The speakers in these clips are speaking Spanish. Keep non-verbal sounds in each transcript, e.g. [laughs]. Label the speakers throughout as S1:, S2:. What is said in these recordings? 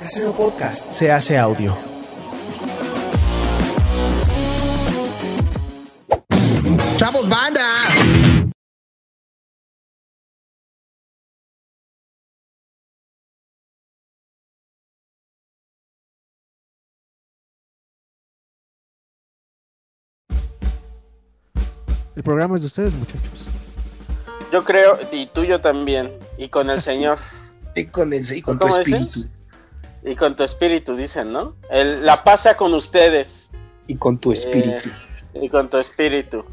S1: Casero Podcast se hace audio.
S2: ¡Chavos, banda!
S3: El programa es de ustedes, muchachos.
S4: Yo creo, y tuyo también, y con el Señor,
S2: Y con, el, y con tu
S4: ¿Cómo dices?
S2: espíritu.
S4: y con tu espíritu, dicen, ¿no? El- la pasa con ustedes,
S2: Y con tu
S4: Eh,
S2: espíritu.
S4: y con tu espíritu.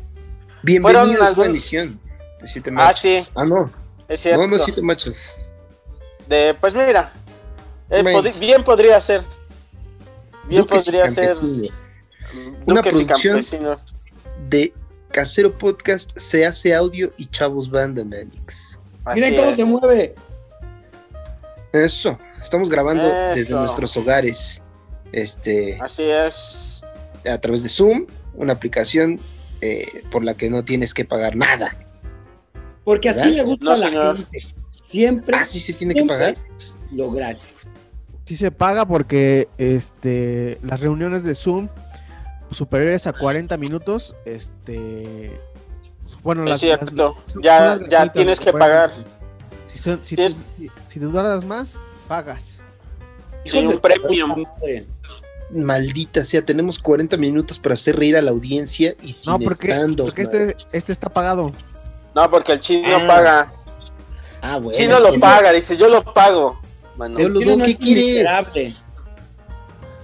S2: Bienvenidos a
S4: algún-
S2: la emisión de Siete
S4: Ah,
S2: Machos.
S4: sí.
S2: Ah, no.
S4: Es cierto.
S2: No, no, Siete Machos.
S4: De- pues mira, eh,
S2: Bueno.
S4: podri- bien podría ser. Bien
S2: Duques y
S4: podría ser
S2: Campesinos.
S4: mm,
S2: Una
S4: Duques y
S2: producción.
S4: Campesinos.
S2: De Casero Podcast se hace audio y Chavos Banda, Manix.
S4: Así
S5: Miren cómo
S4: es.
S5: se mueve.
S2: Eso. Estamos grabando
S4: Eso.
S2: desde nuestros hogares. Este,
S4: Así es.
S2: a través de Zoom, una aplicación eh, por la que no tienes que pagar nada.
S5: Porque así
S2: ¿Verdad?
S5: le gusta
S4: No,
S5: a la
S4: señor.
S5: gente. Siempre
S2: Ah, sí se tiene que pagar.
S5: lo gratis.
S3: Sí se paga porque este las reuniones de Zoom superiores a 40 minutos, este bueno,
S4: Es
S3: las-
S4: cierto.
S3: las- son-
S4: Ya-
S3: son las
S4: ya
S3: gratuitas,
S4: tienes que
S3: 40
S4: pagar.
S3: minutos. Si, son- si,
S4: Tienes-
S3: tú- si te duras más, pagas.
S4: Sí, un premium.
S2: Maldita sea, tenemos 40 minutos para hacer reír a la audiencia y sin
S3: No, porque,
S2: estandos,
S3: porque este,
S2: madres.
S3: este está pagado.
S4: No, porque el chino
S5: Ah.
S4: paga.
S2: Ah, bueno.
S4: El chino lo
S2: tiene-
S4: paga, dice, yo lo pago. Bueno,
S2: Yo
S5: El
S2: Boludo,
S5: chino no
S2: ¿qué
S5: es
S2: quieres?
S5: miserable.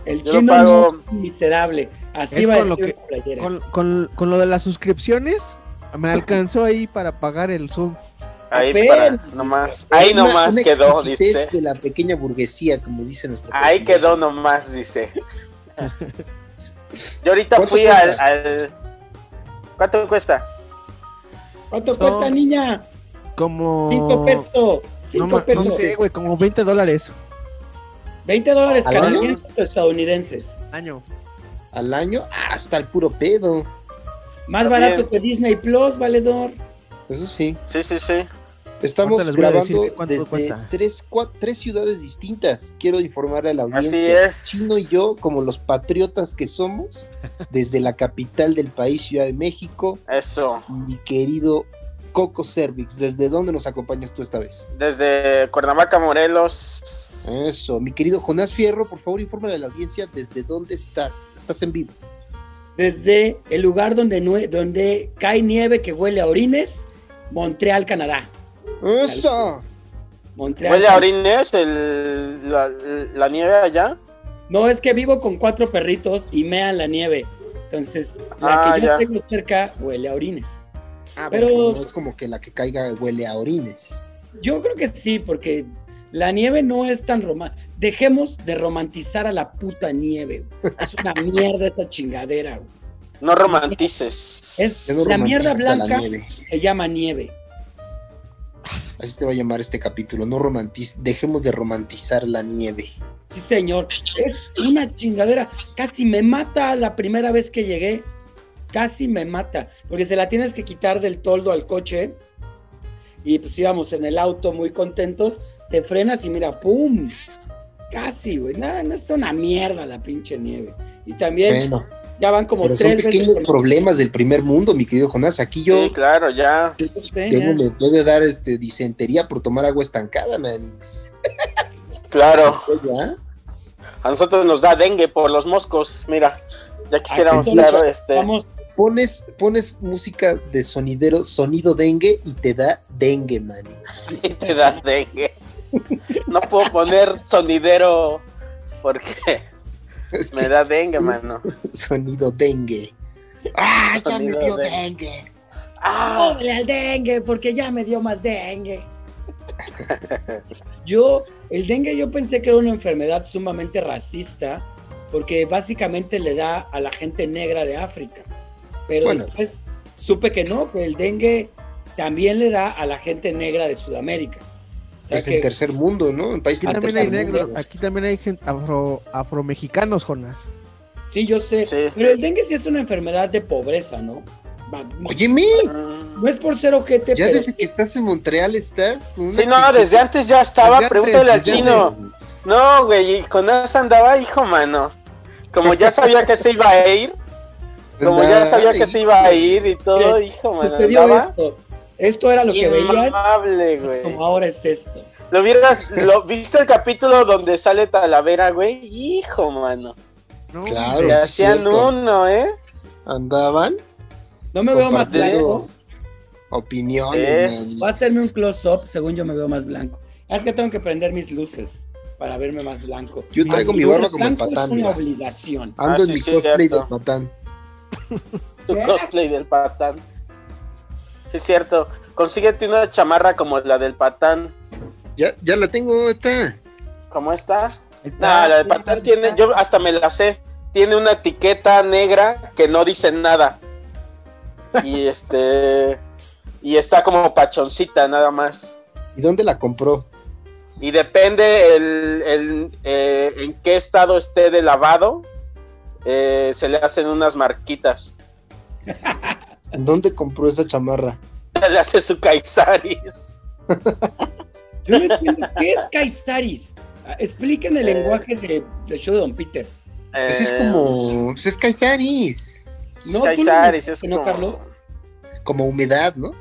S5: El
S4: Yo lo
S5: chino
S4: pago.
S5: no es miserable. Así
S3: Es
S5: va a
S3: con lo
S5: decir
S3: que-
S5: la playera.
S3: Con, con- con lo de las suscripciones, me
S1: [laughs]
S3: alcanzó ahí para pagar el Zoom.
S4: ahí
S5: papel,
S4: para,
S5: dice.
S4: nomás.
S2: Es
S4: Ahí
S2: una-
S4: nomás
S2: una
S4: quedó,
S2: exquisitez
S4: dice.
S2: de la pequeña burguesía, como dice nuestro [laughs]
S4: Ahí
S2: presidente.
S4: quedó nomás,
S2: [laughs]
S4: dice. Yo ahorita
S2: ¿Cuánto
S4: fui
S2: cuesta?
S4: al, al- ¿Cuánto cuesta?
S5: ¿Cuánto
S3: Son-
S5: cuesta, niña?
S3: Como.
S5: Cinco pesos.
S3: no,
S5: Cinco
S3: ma- no
S5: pesos.
S3: sé, güey, como 20 dólares
S5: 20 dólares
S2: ¿Al año?
S5: canadienses o estadounidenses.
S3: año.
S2: Al año, ah, hasta el puro pedo.
S5: Más
S4: Está
S5: barato
S4: bien.
S5: que Disney Plus, valedor.
S2: Eso sí.
S4: Sí, sí, sí.
S2: Estamos
S3: Ahorita les voy a
S2: grabando
S3: decir cuánto
S2: desde
S3: cuesta.
S2: tres, cua- tres ciudades distintas. Quiero informarle a la audiencia.
S4: Así es.
S2: Chino y yo, como los patriotas que somos,
S3: [laughs]
S2: desde la capital del país, Ciudad de México,
S4: Eso.
S2: mi querido Coco Cervix, ¿desde dónde nos acompañas tú esta vez?
S4: Desde Cuernavaca, Morelos.
S2: Eso, mi querido Jonás Fierro, por favor, infórmale a la audiencia desde dónde estás. Estás en vivo.
S5: Desde el lugar donde, nue- donde cae nieve que huele a orines, Montreal, Canadá.
S2: ¡Eso!
S5: Montreal.
S4: ¿Huele a
S5: Canadá.
S4: orines el- la, la nieve allá?
S5: No, es que vivo con cuatro perritos y mean la nieve. Entonces, la
S4: Ah,
S5: que yo
S4: ya.
S5: tengo cerca huele a orines.
S2: Ah,
S5: Pero-
S2: bueno, no es como que la que caiga huele a orines.
S5: Yo creo que sí, porque la nieve no es tan romántica. Dejemos de romantizar a la puta nieve. güey. Es una [laughs] mierda esta chingadera. güey.
S4: No romantices.
S5: Es-
S2: Ya no
S5: La mierda
S2: romantiza la
S5: blanca.
S2: nieve.
S5: Se llama nieve.
S2: Así se va a llamar este capítulo. No romantiz... Dejemos de romantizar la nieve.
S5: Sí, señor. Es una chingadera. Casi me mata la primera vez que llegué. Casi me mata. Porque se la tienes que quitar del toldo al coche. Y pues íbamos en el auto muy contentos. Te frenas y mira, ¡pum! Casi, güey. No, no es una mierda la pinche nieve. Y también
S2: Bueno,
S5: ya van como
S2: pero
S5: tres
S2: son
S5: veces.
S2: pequeños
S5: con-
S2: problemas del primer mundo, mi querido Jonás. Aquí yo
S4: Sí, claro, ya.
S5: Usted,
S2: debo,
S5: ya.
S2: me puede dar este disentería por tomar agua estancada, Manix. ¿ah?
S4: Claro.
S2: ¿Ya?
S4: A nosotros nos da dengue por los moscos. Mira,
S2: Ah,
S4: ya quisiéramos
S5: Entonces,
S4: estar este.
S5: Vamos,
S2: Pones, pones música de sonidero, sonido dengue y te da dengue, Manix. [laughs]
S4: Sí te da dengue. No puedo poner sonidero porque
S2: Es
S4: me da dengue, mano.
S2: que sonido dengue. ¡Ah, ya me
S4: Sonido
S2: dio
S4: dengue.
S2: dengue!
S4: Ah,
S5: ¡Póngale al dengue, porque ya me dio más dengue. [laughs] yo, el dengue yo pensé que era una enfermedad sumamente racista, porque básicamente le da a la gente negra de África. Pero
S2: Bueno.
S5: después supe que no, que el dengue también le da a la gente negra de Sudamérica. O sea
S2: Es
S5: que-
S2: el tercer mundo, ¿no? En países
S4: Ah,
S3: Aquí
S2: del
S3: también hay
S2: tercer
S3: negros,
S2: mundo.
S3: aquí también hay gente afro, afromexicanos, Jonas.
S5: sí, yo sé.
S4: Sí.
S5: Pero el dengue sí es una enfermedad de pobreza, ¿no? Va-
S2: Óyeme,
S4: mm.
S5: No es por ser ojete,
S2: ya
S5: pero
S2: desde que estás en Montreal estás con una
S4: Sí, no, desde antes ya estaba.
S3: Desde antes,
S4: Pregúntale al
S3: desde
S4: chino.
S2: antes.
S4: No, güey, y con eso andaba, hijo mano. Como ya sabía que se iba a ir, como ya sabía que se iba a ir y todo,
S5: Miren,
S4: hijo mano,
S5: Sucedió
S4: andaba.
S5: esto. Esto era lo que veían,
S4: Inmamable, güey.
S5: como ahora es esto.
S4: Lo vieras, lo viste el capítulo donde sale Talavera, güey, hijo mano.
S3: No,
S2: Claro.
S4: Le
S2: sí es
S4: hacían
S2: cierto.
S4: uno, ¿eh?
S2: Andaban
S5: No me veo más
S2: Compartiendo.
S5: blanco.
S4: De-
S2: opiniones.
S4: Sí.
S2: nariz.
S5: Va a hacerme un close-up, según yo me veo más blanco. Ah, Es que tengo que prender mis luces para verme más blanco.
S2: Yo traigo
S5: Así,
S2: mi barba
S5: los
S2: como el
S5: blancos
S2: patán,
S5: Es una
S2: mira.
S5: obligación.
S2: Ando
S4: Ah,
S2: en
S4: sí,
S2: mi
S4: sí,
S2: cosplay
S4: cierto.
S2: de patán.
S4: Tu
S5: ¿Qué?
S4: cosplay del patán. Sí, es cierto. Consíguete una chamarra como la del patán.
S2: Ya, ya la tengo, está.
S4: ¿Cómo está?
S5: Está-
S4: No, la del patán tiene, yo hasta me la sé. Tiene una etiqueta negra que no dice nada. Y [laughs] este. Y está como pachoncita, nada más.
S2: ¿Y dónde la compró?
S4: Y depende el, el, eh, en qué estado esté de lavado, eh, se le hacen unas marquitas. [laughs]
S2: ¿En dónde compró esa chamarra?
S4: Le hace su caizaris.
S5: Yo no entiendo, ¿Qué es Kaisaris? Ah, Expliquen el
S4: Eh.
S5: lenguaje de, de Show Don Peter.
S2: Pues es
S4: Eh,
S2: como. Pues es Caisaris.
S5: No,
S4: Caizaris,
S5: tú
S4: es
S5: no,
S4: como-
S5: Carlos.
S2: Como humedad, ¿no?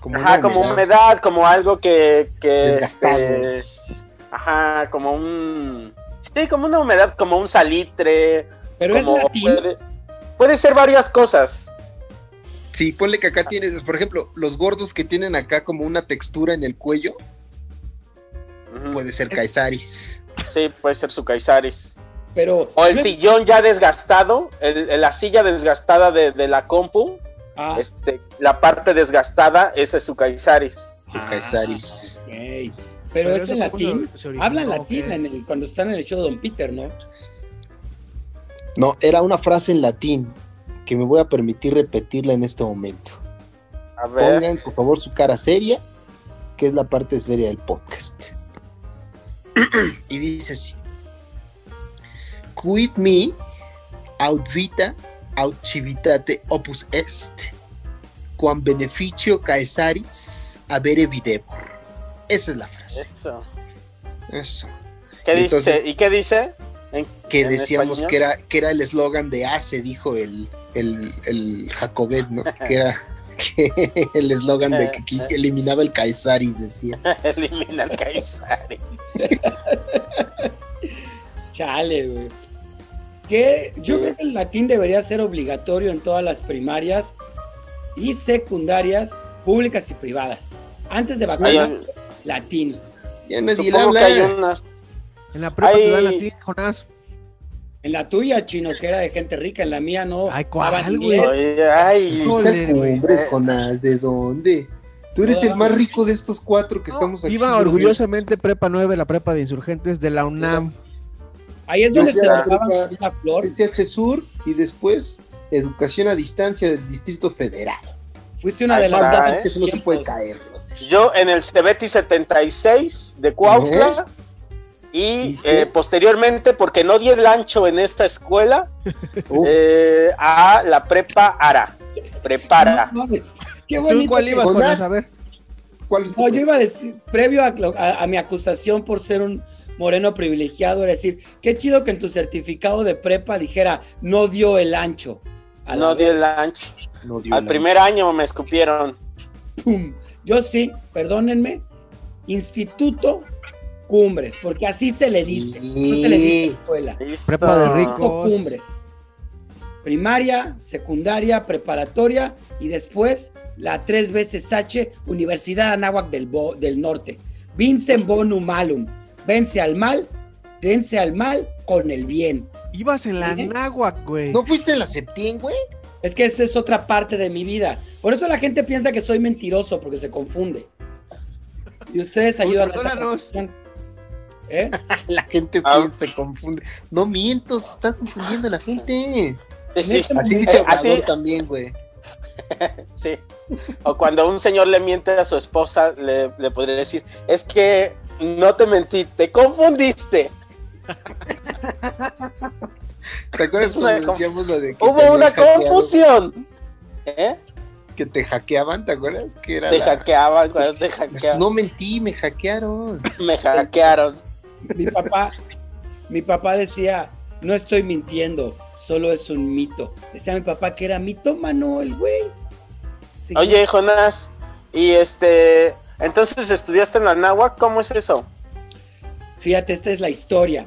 S2: Como
S4: Ajá,
S2: una
S4: como humedad, como algo que. que
S2: Desgastado.
S4: este, ajá, como un. Sí, como una humedad, como un salitre.
S5: Pero
S4: como
S5: es latín.
S4: puede, puede ser varias cosas.
S2: Sí, ponle que acá tienes, por ejemplo, los gordos que tienen acá como una textura en el cuello,
S4: Ujú.
S2: puede ser Caisaris.
S4: Sí, puede ser su caizaris.
S5: Pero.
S4: O el
S5: yo-
S4: sillón ya desgastado, el- el- la silla desgastada de, de la compu.
S5: Ah,
S4: Este, la parte desgastada, ese es su caizaris.
S5: ah,
S2: Caisaris.
S5: ok. Pero, es en latín. Hablan latín
S3: latina
S5: en el- cuando están en el show de Don Peter, ¿no?
S2: No, era una frase en latín que me voy a permitir repetirla en este momento.
S4: A ver.
S2: Pongan, por favor, su cara seria, que es la parte seria del podcast. [clears throat] y dice así: Quid me aut vita aut civitate opus est, quam beneficio caesaris habere videbor. Esa es la frase.
S4: Eso.
S2: Eso.
S4: ¿Qué
S2: Entonces-
S4: dice? ¿Y qué dice? [laughs] En-
S2: Que
S4: en
S2: decíamos
S4: español.
S2: que era, que era el eslogan de ACE, dijo el, el, el Jacobet, ¿no? Que
S4: [laughs]
S2: era que el eslogan de
S4: Eh,
S2: que, qui- eliminaba el Caesaris, decía.
S4: Elimina el caizaris.
S5: Chale, güey. Que yo
S4: Sí.
S5: creo que el latín debería ser obligatorio en todas las primarias y secundarias, públicas y privadas. Antes de
S4: Hay
S5: vacunas,
S4: un-
S5: latín.
S2: Ya nadie le
S4: supongo que
S2: habla.
S4: hay unas.
S3: En la prepa te dan
S4: Ay.
S3: latín, Jonás.
S5: En la tuya, chino, que era de gente rica, en la mía no.
S3: Ay, ¿cuál,
S5: Daban
S3: güey?
S5: inglés.
S4: Oye,
S2: [laughs]
S4: ay,
S3: No,
S2: Están
S3: Híjole, güey.
S2: hombres, Jonás, ¿de dónde? Tú eres el más rico de estos cuatro que estamos aquí.
S3: Iba
S2: güey.
S3: orgullosamente prepa 9, la prepa de insurgentes de la UNAM.
S5: Ahí es donde
S2: Yo
S5: se
S2: era
S5: bajaban
S2: rica.
S5: con una flor.
S2: CCH Sur y después Educación a Distancia del Distrito Federal.
S5: Fuiste una
S4: Ahí
S5: de las
S4: está,
S5: más
S4: ¿eh?
S2: Que eso no se puede caer. brother.
S4: yo en el Cebeti 76 de Cuautla. Y
S2: ¿Viste?
S4: eh, posteriormente, porque no di el ancho en esta escuela,
S2: Uf,
S4: eh, a la prepa Ara. Prepara.
S5: No mames, Qué
S3: ¿Tú
S5: bonito.
S3: cuál
S5: que-
S3: ibas,
S2: Jonás.
S3: Jonás? A ver.
S2: ¿Cuál es tu
S5: No, yo iba a decir, previo a, lo- a- a mi acusación por ser un moreno privilegiado, era decir, qué chido que en tu certificado de prepa dijera, no dio el ancho. Ah, A la
S4: No di
S5: vez,
S4: el ancho.
S2: No dio
S4: Al
S2: la-
S4: primer año me escupieron.
S5: pum. Yo sí, perdónenme, Instituto Cumbres, porque así se le dice, no se le dice escuela.
S4: Listo.
S3: Prepa de rico.
S5: Instituto Cumbres. Primaria, secundaria, preparatoria y después la tres veces H, Universidad Anáhuac del, Bo- del Norte. Vincent bonum malum. Vence al mal, vence al mal con el bien.
S3: Ibas en la
S5: ¿Eh?
S3: náhuac, güey.
S2: ¿No fuiste a la Septién, güey?
S5: Es que esa es otra parte de mi vida. Por eso la gente piensa que soy mentiroso porque se confunde. Y ustedes
S3: Uy,
S5: ayudan a esa
S3: perdónanos.
S5: confusión. ¿Eh?
S2: La gente
S4: Ah.
S2: piensa, se confunde. No miento, se está confundiendo la gente.
S4: Sí, sí,
S5: Neta,
S2: Así
S5: Eh,
S2: dice
S4: así-
S2: Obrador también, güey.
S4: Sí. O cuando un señor le miente a su esposa, le, le podría decir, es que no te mentí, te confundiste.
S2: ¿Te acuerdas
S4: [laughs] Es una
S2: cuando
S4: com-
S2: decíamos lo de que te
S4: Hubo
S2: habían
S4: una
S2: hackeado?
S4: confusión. ¿Eh?
S2: Que te hackeaban, ¿te acuerdas? Que era
S4: Te
S2: la-
S4: hackeaban, cuando te
S2: Pues,
S4: hackeaban.
S2: No mentí, me hackearon.
S4: Me hackearon.
S5: mi papá, mi papá decía, no estoy mintiendo, solo es un mito. Decía mi papá que era mitómano el güey. Así que-
S4: Oye, Jonás, y este, entonces estudiaste en la náhuatl, ¿cómo es eso?
S5: Fíjate, esta es la historia.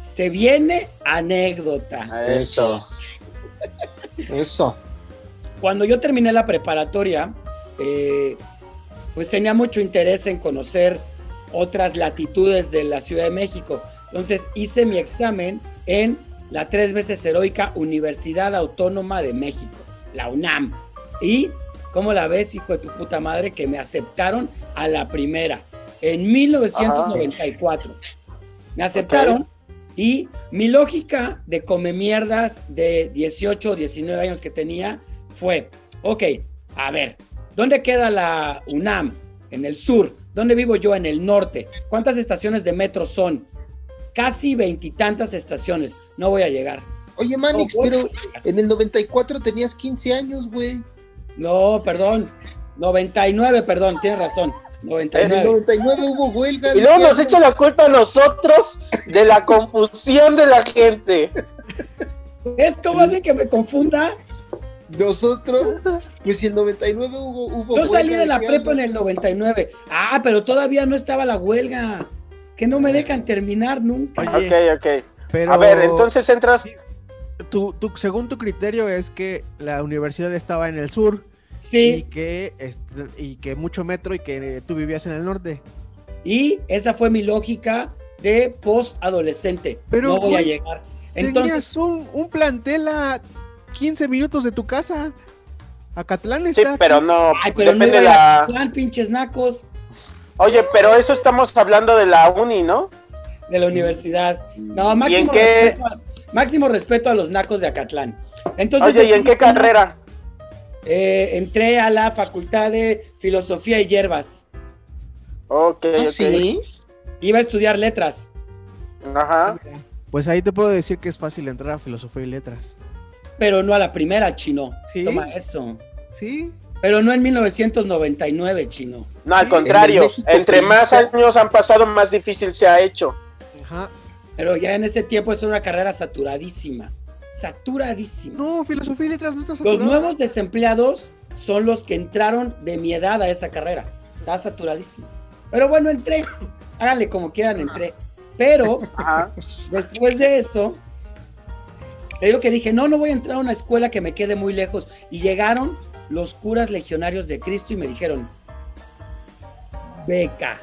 S5: Se viene anécdota.
S2: Eso. [laughs] Eso.
S5: Cuando yo terminé la preparatoria, eh, pues tenía mucho interés en conocer otras latitudes de la Ciudad de México. Entonces hice mi examen en la tres veces heroica Universidad Autónoma de México, la UNAM. Y, ¿cómo la ves, hijo de tu puta madre? Que me aceptaron a la primera, en 1994. Me aceptaron y mi lógica de come mierdas de 18 o 19 años que tenía fue, ok, a ver, ¿dónde queda la UNAM? En el sur. ¿Dónde vivo yo? En el norte. ¿Cuántas estaciones de metro son? Casi veintitantas estaciones. No voy a llegar.
S2: Oye, Manix,
S5: No, voy a
S2: pero
S5: llegar.
S2: en el 94 tenías 15 años, güey.
S5: No, perdón. 99, perdón, tienes razón.
S2: En el
S5: 99.
S2: 99 hubo huelga.
S4: Y luego
S2: ¿no?
S4: nos echa la culpa a nosotros de la confusión de la gente.
S5: ¿Esto va a hacer que me confunda?
S2: Nosotros, pues el 99 hubo, hubo
S5: Yo salí
S2: huelga
S5: de la
S2: qué
S5: prepa en
S2: hablas?
S5: el 99. Ah, pero todavía no estaba la huelga. Es que no me dejan terminar nunca.
S3: Oye,
S4: Ok, ok.
S3: Pero
S4: A ver, entonces entras.
S3: tu- tu- según tu criterio es que la universidad estaba en el sur y
S5: Sí,
S3: que este, y que mucho metro y que eh, tú vivías en el norte.
S5: y esa fue mi lógica de post-adolescente.
S3: Pero,
S5: No voy a
S3: güey,
S5: llegar. Entonces,
S3: Tenías un, un plantel a 15 minutos de tu casa. Acatlán
S4: Sí,
S3: está. a
S4: pero
S3: 15.
S4: no.
S5: ay, pero no
S4: Depende
S5: iba
S4: de
S5: a
S4: la.
S5: Plan, pinches nacos
S4: Oye, pero eso estamos hablando de la uni, ¿no?
S5: de la universidad. No, máximo,
S4: en qué-
S5: respeto a, máximo respeto a los nacos de Acatlán. Entonces,
S4: Oye, ¿y en qué carrera?
S5: Eh, entré a la Facultad de Filosofía y Hierbas.
S4: Ok,
S2: Ah,
S4: ok.
S2: sí.
S5: Iba a estudiar letras.
S4: Ajá.
S3: Pues ahí te puedo decir que es fácil entrar a filosofía y letras.
S5: pero no a la primera, chino.
S3: Sí.
S5: Toma eso.
S3: Sí.
S5: Pero no en 1999, chino.
S4: No, al
S3: Sí,
S4: contrario.
S2: en el México
S4: Entre más
S2: priista.
S4: años han pasado, más difícil se ha hecho.
S3: Ajá.
S5: Pero ya en ese tiempo es una carrera saturadísima. Saturadísima.
S3: No, filosofía y letras no está
S5: los
S3: saturada.
S5: nuevos desempleados son los que entraron de mi edad a esa carrera. Está saturadísimo. Pero bueno, entré. Háganle como quieran, entré. Pero
S4: Ajá.
S5: después de eso, te digo que dije, no, no voy a entrar a una escuela que me quede muy lejos. Y llegaron los curas legionarios de Cristo y me dijeron, beca.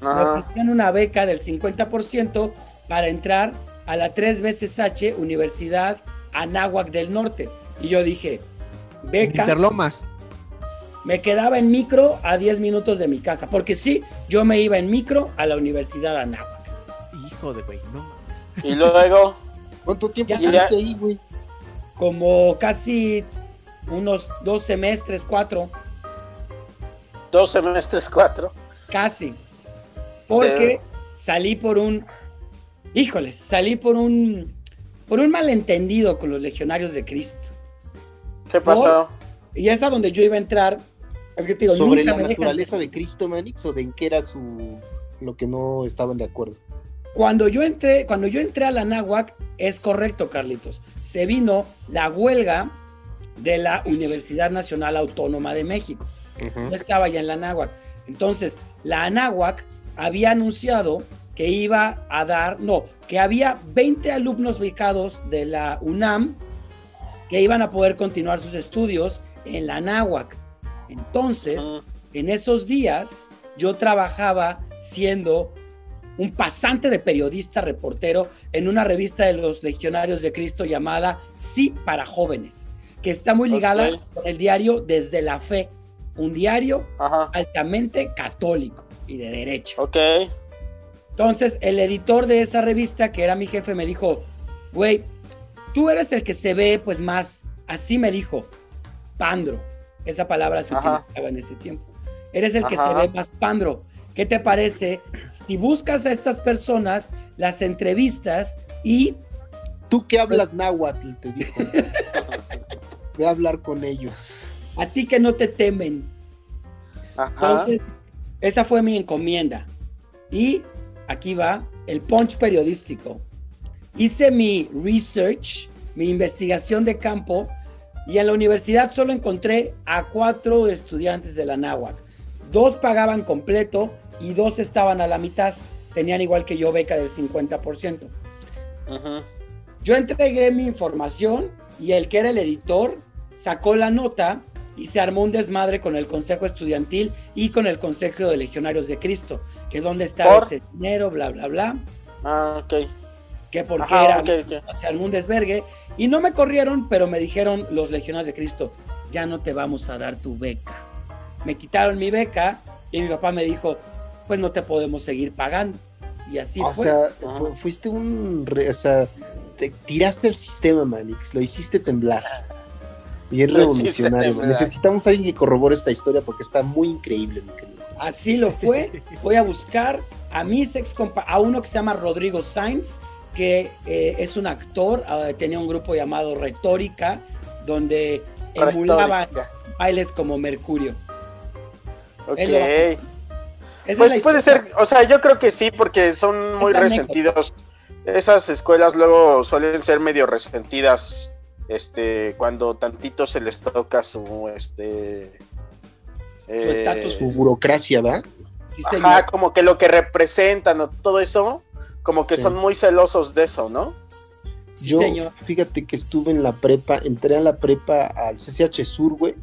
S5: me
S4: Ajá.
S5: ofrecían una beca del 50% para entrar a la tres veces H Universidad Anáhuac del Norte. Y yo dije, beca,
S3: Interlomas.
S5: me quedaba en micro a 10 minutos de mi casa, porque sí, yo me iba en micro a la Universidad Anáhuac.
S3: Hijo de güey, no mames.
S4: Y luego.
S2: ¿Cuánto tiempo
S5: Ya.
S2: estuviste ahí, güey?
S5: Como casi unos dos semestres, cuatro,
S4: Dos semestres, cuatro.
S5: casi. Porque
S4: Pero-
S5: salí por un, híjoles, salí por un, por un malentendido con los legionarios de Cristo.
S4: ¿Qué pasó?
S5: y esa donde yo iba a entrar. Es que te digo,
S2: ¿Sobre
S5: nunca
S2: la
S5: me dejan.
S2: naturaleza de Cristo, Manix, o de en qué era su. lo que no estaban de acuerdo?
S5: Cuando yo entré, cuando yo entré a la Náhuac, es correcto, Carlitos. Se vino la huelga de la Universidad Nacional Autónoma de México. No estaba ya en la Náhuac. Entonces, la Anáhuac había anunciado que iba a dar, no, que había 20 alumnos becados de la UNAM que iban a poder continuar sus estudios en la Anáhuac. Entonces,
S2: Ah.
S4: Ujú.
S5: en esos días yo trabajaba siendo un pasante de periodista reportero en una revista de los Legionarios de Cristo llamada Sí para Jóvenes, que está muy ligada
S4: Ok.
S5: con el diario Desde la Fe, un diario
S4: Ajá.
S5: altamente católico y de derecha.
S4: Ok.
S5: Entonces, el editor de esa revista, que era mi jefe, me dijo, güey, tú eres el que se ve, pues, más, así me dijo, pandro. Esa palabra se
S4: Ajá.
S5: utilizaba en ese tiempo. Eres el que se
S4: Ajá.
S5: ve más pandro. ¿Qué te parece si buscas a estas personas, las entrevistas y
S2: Tú que hablas náhuatl, te dijo. Ve a hablar con ellos.
S5: a ti que no te temen?
S4: Ajá.
S5: Entonces, esa fue mi encomienda. Y aquí va, el punch periodístico. Hice mi research, mi investigación de campo, y en la universidad solo encontré a cuatro estudiantes de la náhuatl. Dos pagaban completo y dos estaban a la mitad. Tenían igual que yo beca del 50%.
S4: Ujú.
S5: Yo entregué mi información y el que era el editor sacó la nota y se armó un desmadre con el Consejo Estudiantil y con el Consejo de Legionarios de Cristo, que dónde estaba
S4: ¿Por?
S5: ese dinero, bla, bla, bla,
S4: Ah, ok.
S5: que por qué
S4: Ajá,
S5: era,
S4: ok, ok.
S5: se armó un desvergue. Y no me corrieron, pero me dijeron los Legionarios de Cristo, ya no te vamos a dar tu beca. Me quitaron mi beca y mi papá me dijo, pues no te podemos seguir pagando. Y así
S2: o
S5: fue.
S2: sea,
S4: Ah.
S2: fu- fuiste un. re- o sea, te tiraste el sistema, Manix. Lo
S4: [laughs]
S2: hiciste temblar. Bien
S4: Lo hiciste
S2: revolucionario.
S4: temblar.
S2: Necesitamos a alguien que corrobore esta historia porque está muy increíble, mi querido.
S5: Así lo fue. Voy a buscar a mis ex compa- a uno que se llama Rodrigo Sainz, que eh, es un actor, ah, tenía un grupo llamado Retórica, donde emulaba
S4: Retórica.
S5: bailes como Mercurio. Él lo va
S4: Ok.
S5: Esa es la
S4: Pues puede
S5: historia.
S4: ser, o sea, yo creo que sí, porque son muy
S5: Están
S4: resentidos. Esas escuelas luego suelen ser medio resentidas, este, cuando tantito se les toca su, este, eh,
S5: estatus.
S2: Su burocracia, ¿va?
S5: Sí, señor.
S4: Ajá, como que lo que representan o todo eso, como que
S2: Sí.
S4: son muy celosos de eso, ¿no?
S5: Sí,
S2: Yo,
S5: señor.
S2: fíjate que estuve en la prepa, entré a la prepa al CCH Sur, güey,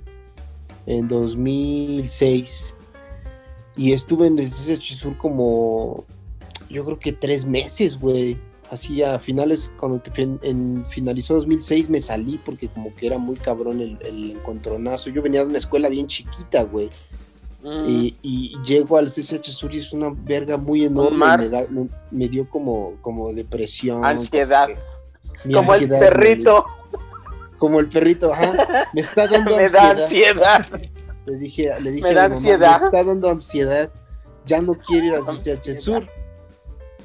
S2: en 2006. Y estuve en el CCH Sur como, yo creo que tres meses, güey. Así a finales, cuando te- fin- en- finalizó 2006 me salí porque como que era muy cabrón el, el encontronazo. Yo venía de una escuela bien chiquita, güey. Y, y llego al CCH Sur y es una verga muy enorme. y
S4: mar.
S2: Me, da- me- me dio como, como depresión.
S4: Ansiedad.
S2: Mi
S4: como
S2: ansiedad,
S4: el perrito
S2: como el perrito, ajá.
S4: [laughs]
S2: Me está dando
S4: me da
S2: ansiedad.
S4: ansiedad.
S2: Le dije, le dije
S4: Me da
S2: a mi mamá,
S4: ansiedad.
S2: Me está dando ansiedad. Ya no quiero ir al CCH
S4: Ansiedad.
S2: Sur.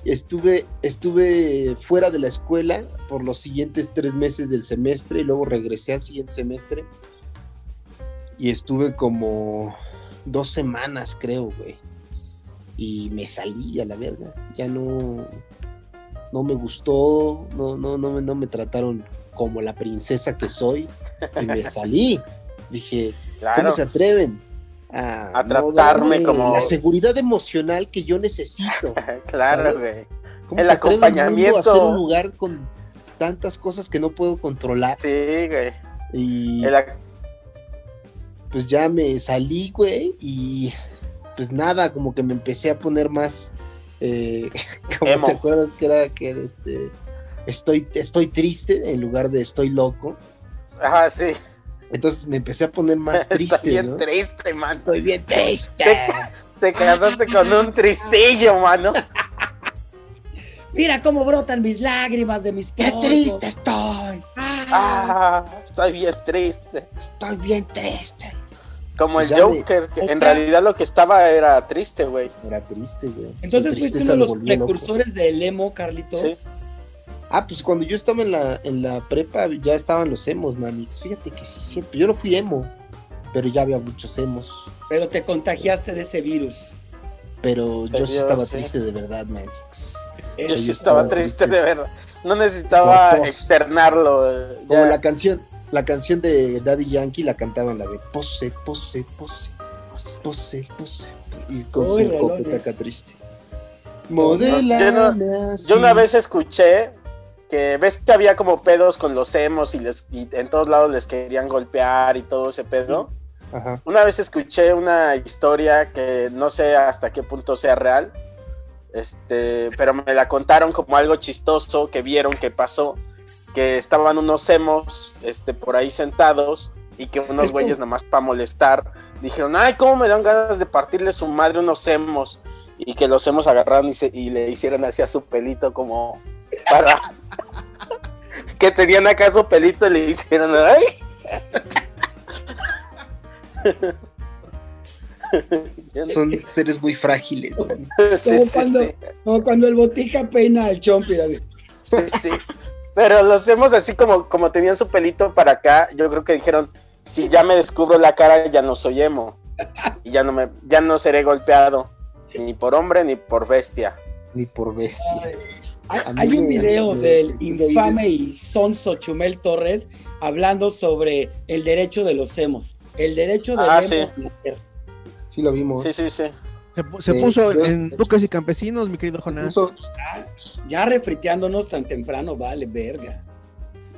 S2: Estuve, estuve fuera de la escuela por los siguientes tres meses del semestre y luego regresé al siguiente semestre. Y estuve como dos semanas, creo, güey. Y me salí a la verga. Ya no, no me gustó, no, no, no, me- no me trataron como la princesa que soy.
S4: [laughs]
S2: Y me salí. Dije, ¿Cómo
S4: Claro.
S2: se atreven a,
S4: Ah, A
S2: no
S4: tratarme
S2: darme
S4: como-
S2: La seguridad emocional que yo necesito.
S4: Claro,
S2: ¿sabes?
S4: güey.
S2: ¿Cómo
S4: El
S2: se atreve mundo
S4: acompañamiento.
S2: a ser un lugar con tantas cosas que no puedo controlar?
S4: Sí, güey.
S2: Y
S4: El ac-
S2: pues ya me salí, güey, y pues nada, como que me empecé a poner más... eh, [laughs] como
S4: Emo.
S2: te acuerdas que era que era, este... Estoy, estoy triste en lugar de estoy loco.
S4: Ajá, sí.
S2: Entonces me empecé a poner más
S4: [laughs]
S2: triste.
S4: Está bien
S2: ¿no?
S4: triste, man.
S2: Estoy bien triste.
S4: Te, te casaste con un tristillo, mano.
S5: Mira cómo brotan mis lágrimas de mis
S2: ¡Qué
S5: pozos.
S2: triste estoy!
S5: Ah.
S4: Ah, estoy bien triste.
S2: Estoy bien triste.
S4: Como el
S2: Ya me-
S4: Joker, que en
S5: Otra-
S4: realidad lo que estaba era triste, güey.
S2: Era triste, güey.
S5: Entonces
S2: Su
S5: fuiste uno
S2: tristeza
S5: de
S2: me
S5: los
S2: volvió loco.
S5: precursores del emo, Carlitos.
S4: Sí.
S2: Ah, pues cuando yo estaba en la, en la prepa ya estaban los emos, manix. Fíjate que sí, siempre. Yo no fui emo, pero ya había muchos emos.
S5: Pero te contagiaste de ese virus.
S2: Pero yo sí
S4: Pero
S2: estaba
S4: sí.
S2: triste de verdad, manix.
S4: Yo
S5: Es-
S4: sí
S2: Ahí
S4: estaba
S2: estaba
S4: triste, de
S2: triste.
S4: verdad. No necesitaba
S2: Como tos.
S4: externarlo. eh,
S2: Como
S4: ya.
S2: la canción, la canción de Daddy Yankee la cantaban la de pose, pose, pose, pose, pose. Y con
S5: Uy,
S2: su
S5: relojes.
S2: copeta acá triste. Modela.
S4: Yo una vez escuché que ves que había como pedos con los emos y, les, y en todos lados les querían golpear y todo ese pedo.
S2: Ajá.
S4: Una vez escuché una historia que no sé hasta qué punto sea real, este, pero me la contaron como algo chistoso que vieron que pasó, que estaban unos emos este, por ahí sentados y que unos
S2: Es
S4: güeyes nomás para molestar dijeron, ay, ¿cómo me dan ganas de partirle su madre unos emos? Y que los emos agarraron y, se- y le hicieron así a su pelito como para... que tenían acá su pelito y le hicieron, ay, [laughs]
S2: Son seres muy frágiles, manix.
S4: sí, sí,
S5: cuando-
S4: sí.
S5: Como cuando el botica peina al chompi. así.
S4: Sí, sí. Pero los hemos así como, como tenían su pelito para acá, yo creo que dijeron, si ya me descubro la cara, ya no soy emo. Y ya no me, ya no seré golpeado, ni por hombre ni por bestia.
S2: ni por bestia.
S5: Ay, Hay,
S2: A mí
S5: hay un
S2: me- este
S5: video
S2: me-
S5: del
S2: me-
S5: infame y sonso Chumel Torres hablando sobre el derecho de los hemos. El derecho de
S4: Ah,
S5: los
S4: sí.
S2: Sí lo vimos.
S4: Sí, sí, sí.
S3: Se, pu- se
S2: Sí,
S3: puso
S2: yo-
S3: en Duques y Campesinos, mi querido Jonás.
S2: Incluso
S5: Ya refriteándonos tan temprano, vale, verga.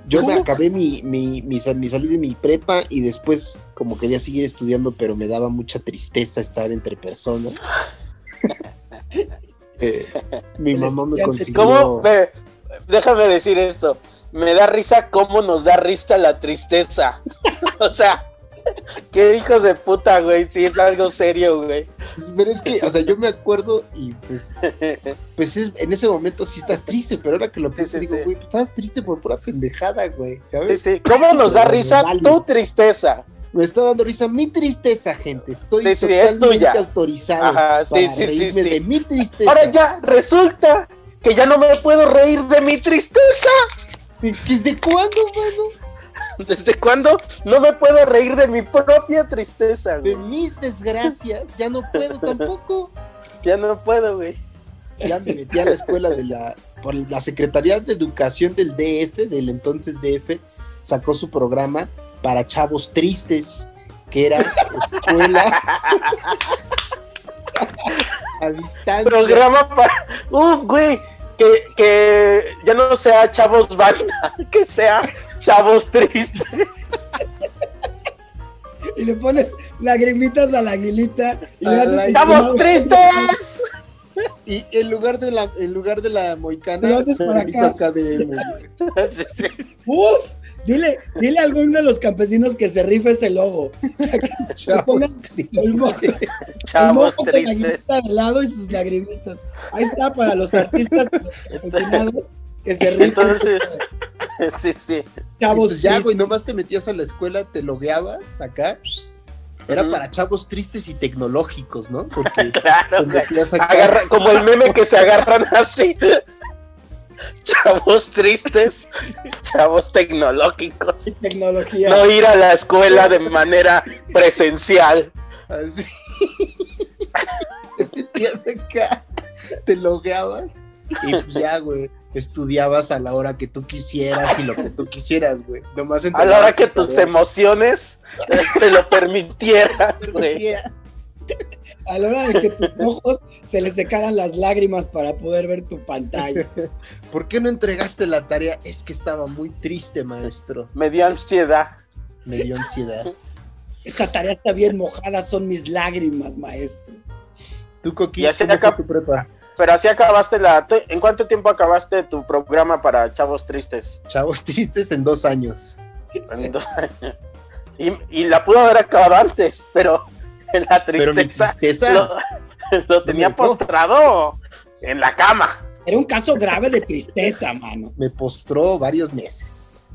S2: yo me
S5: ¿Cómo?
S2: acabé mi, mi, mi, sal- mi salida de mi prepa y después como quería seguir estudiando, pero me daba mucha tristeza estar entre
S4: [laughs]
S2: personas. Eh, mi
S5: El
S2: mamá me
S5: estudiante-
S2: consiguió...
S4: ¿Cómo? ve, déjame decir esto. Me da risa cómo nos da risa la tristeza. [laughs] o sea, qué hijos de puta, güey. Si es algo serio, güey.
S2: Pues, Pero es que, o sea, yo me acuerdo y pues, pues es- en ese momento sí estás triste, pero ahora que lo
S4: Sí,
S2: pienso
S4: sí,
S2: digo,
S4: sí.
S2: güey, estás triste por pura pendejada, güey,
S4: Sí,
S2: ¿sabes?
S4: sí. ¿Cómo nos da
S2: Pero
S4: risa
S2: vale.
S4: tu tristeza?
S2: Me está dando risa mi tristeza, gente. Estoy
S4: Sí, sí, es
S2: totalmente
S4: tuya.
S2: autorizado
S4: Ajá, sí,
S2: para
S4: sí, sí,
S2: reírme
S4: sí.
S2: de mi tristeza.
S4: Ahora ya resulta que ya no me puedo reír de mi tristeza.
S2: ¿Desde cuándo, mano?
S4: ¿Desde cuándo no me puedo reír de mi propia tristeza,
S2: De
S4: güey?
S2: mis desgracias, ya no puedo tampoco.
S4: Ya no puedo, güey.
S2: Ya me metí a la escuela de la por la Secretaría de Educación del DF, del entonces DF, sacó su programa para chavos tristes, que era escuela [laughs] a distancia.
S4: Programa para. Uf, güey. Que, que ya no sea chavos banda, [laughs] que sea chavos tristes.
S5: Y le pones lagrimitas a la aguilita. Y le
S2: A
S5: haces-
S2: la-
S4: ¡Chavos tristes!
S2: Y en lugar de la en lugar de la moicana,
S5: Lo haces por
S2: Juanito
S5: acá.
S2: KDM.
S4: Sí, sí.
S5: ¡Uf! Dile, dile a alguno de los campesinos que se rife ese logo.
S2: Chavos tristes.
S4: Chavos
S5: El moco con la
S4: tristes.
S5: aguilita de lado y sus lagrimitas. Ahí está para los
S4: [laughs]
S5: artistas confinados que se rifen.
S4: Entonces, [laughs] sí, sí.
S5: chavos
S2: Pues ya,
S5: tristes.
S2: güey, nomás te metías a la escuela, te logueabas acá. Era
S4: Ujú.
S2: para chavos tristes y tecnológicos, ¿no?
S4: [laughs]
S2: Porque
S4: Claro,
S2: te
S4: güey.
S2: metías acá.
S4: Agarra- como el meme que se agarran así. Chavos tristes, chavos tecnológicos.
S5: y tecnología.
S4: No ir a la escuela de manera presencial.
S2: Así. [laughs] te metías acá, te logueabas y pues ya, güey, estudiabas a la hora que tú quisieras y lo que tú quisieras, güey. Nomás
S4: A la hora que
S2: tú
S4: tus emociones eh, te lo permitieran, güey.
S5: A la hora de que tus ojos se les secaran las lágrimas para poder ver tu pantalla.
S2: ¿Por qué no entregaste la tarea? Es que estaba muy triste, maestro.
S4: [laughs] Me dio ansiedad.
S2: Me dio ansiedad.
S5: Esta tarea está bien mojada, son mis lágrimas, maestro.
S2: ¿Tú, Coquí,
S4: Ya se
S2: cómo fue
S4: acab-
S2: tu prepa?
S4: Pero así acabaste la. te- ¿En cuánto tiempo acabaste tu programa para chavos tristes?
S2: [laughs] Chavos tristes en dos años.
S4: En [laughs] dos años. Y, y la pudo haber acabado antes, pero en la
S2: Pero mi
S4: tristeza.
S2: tristeza...
S4: lo, lo [laughs] tenía
S2: dejó.
S4: postrado en la cama.
S5: Era un caso grave de tristeza, mano.
S2: me postró varios meses.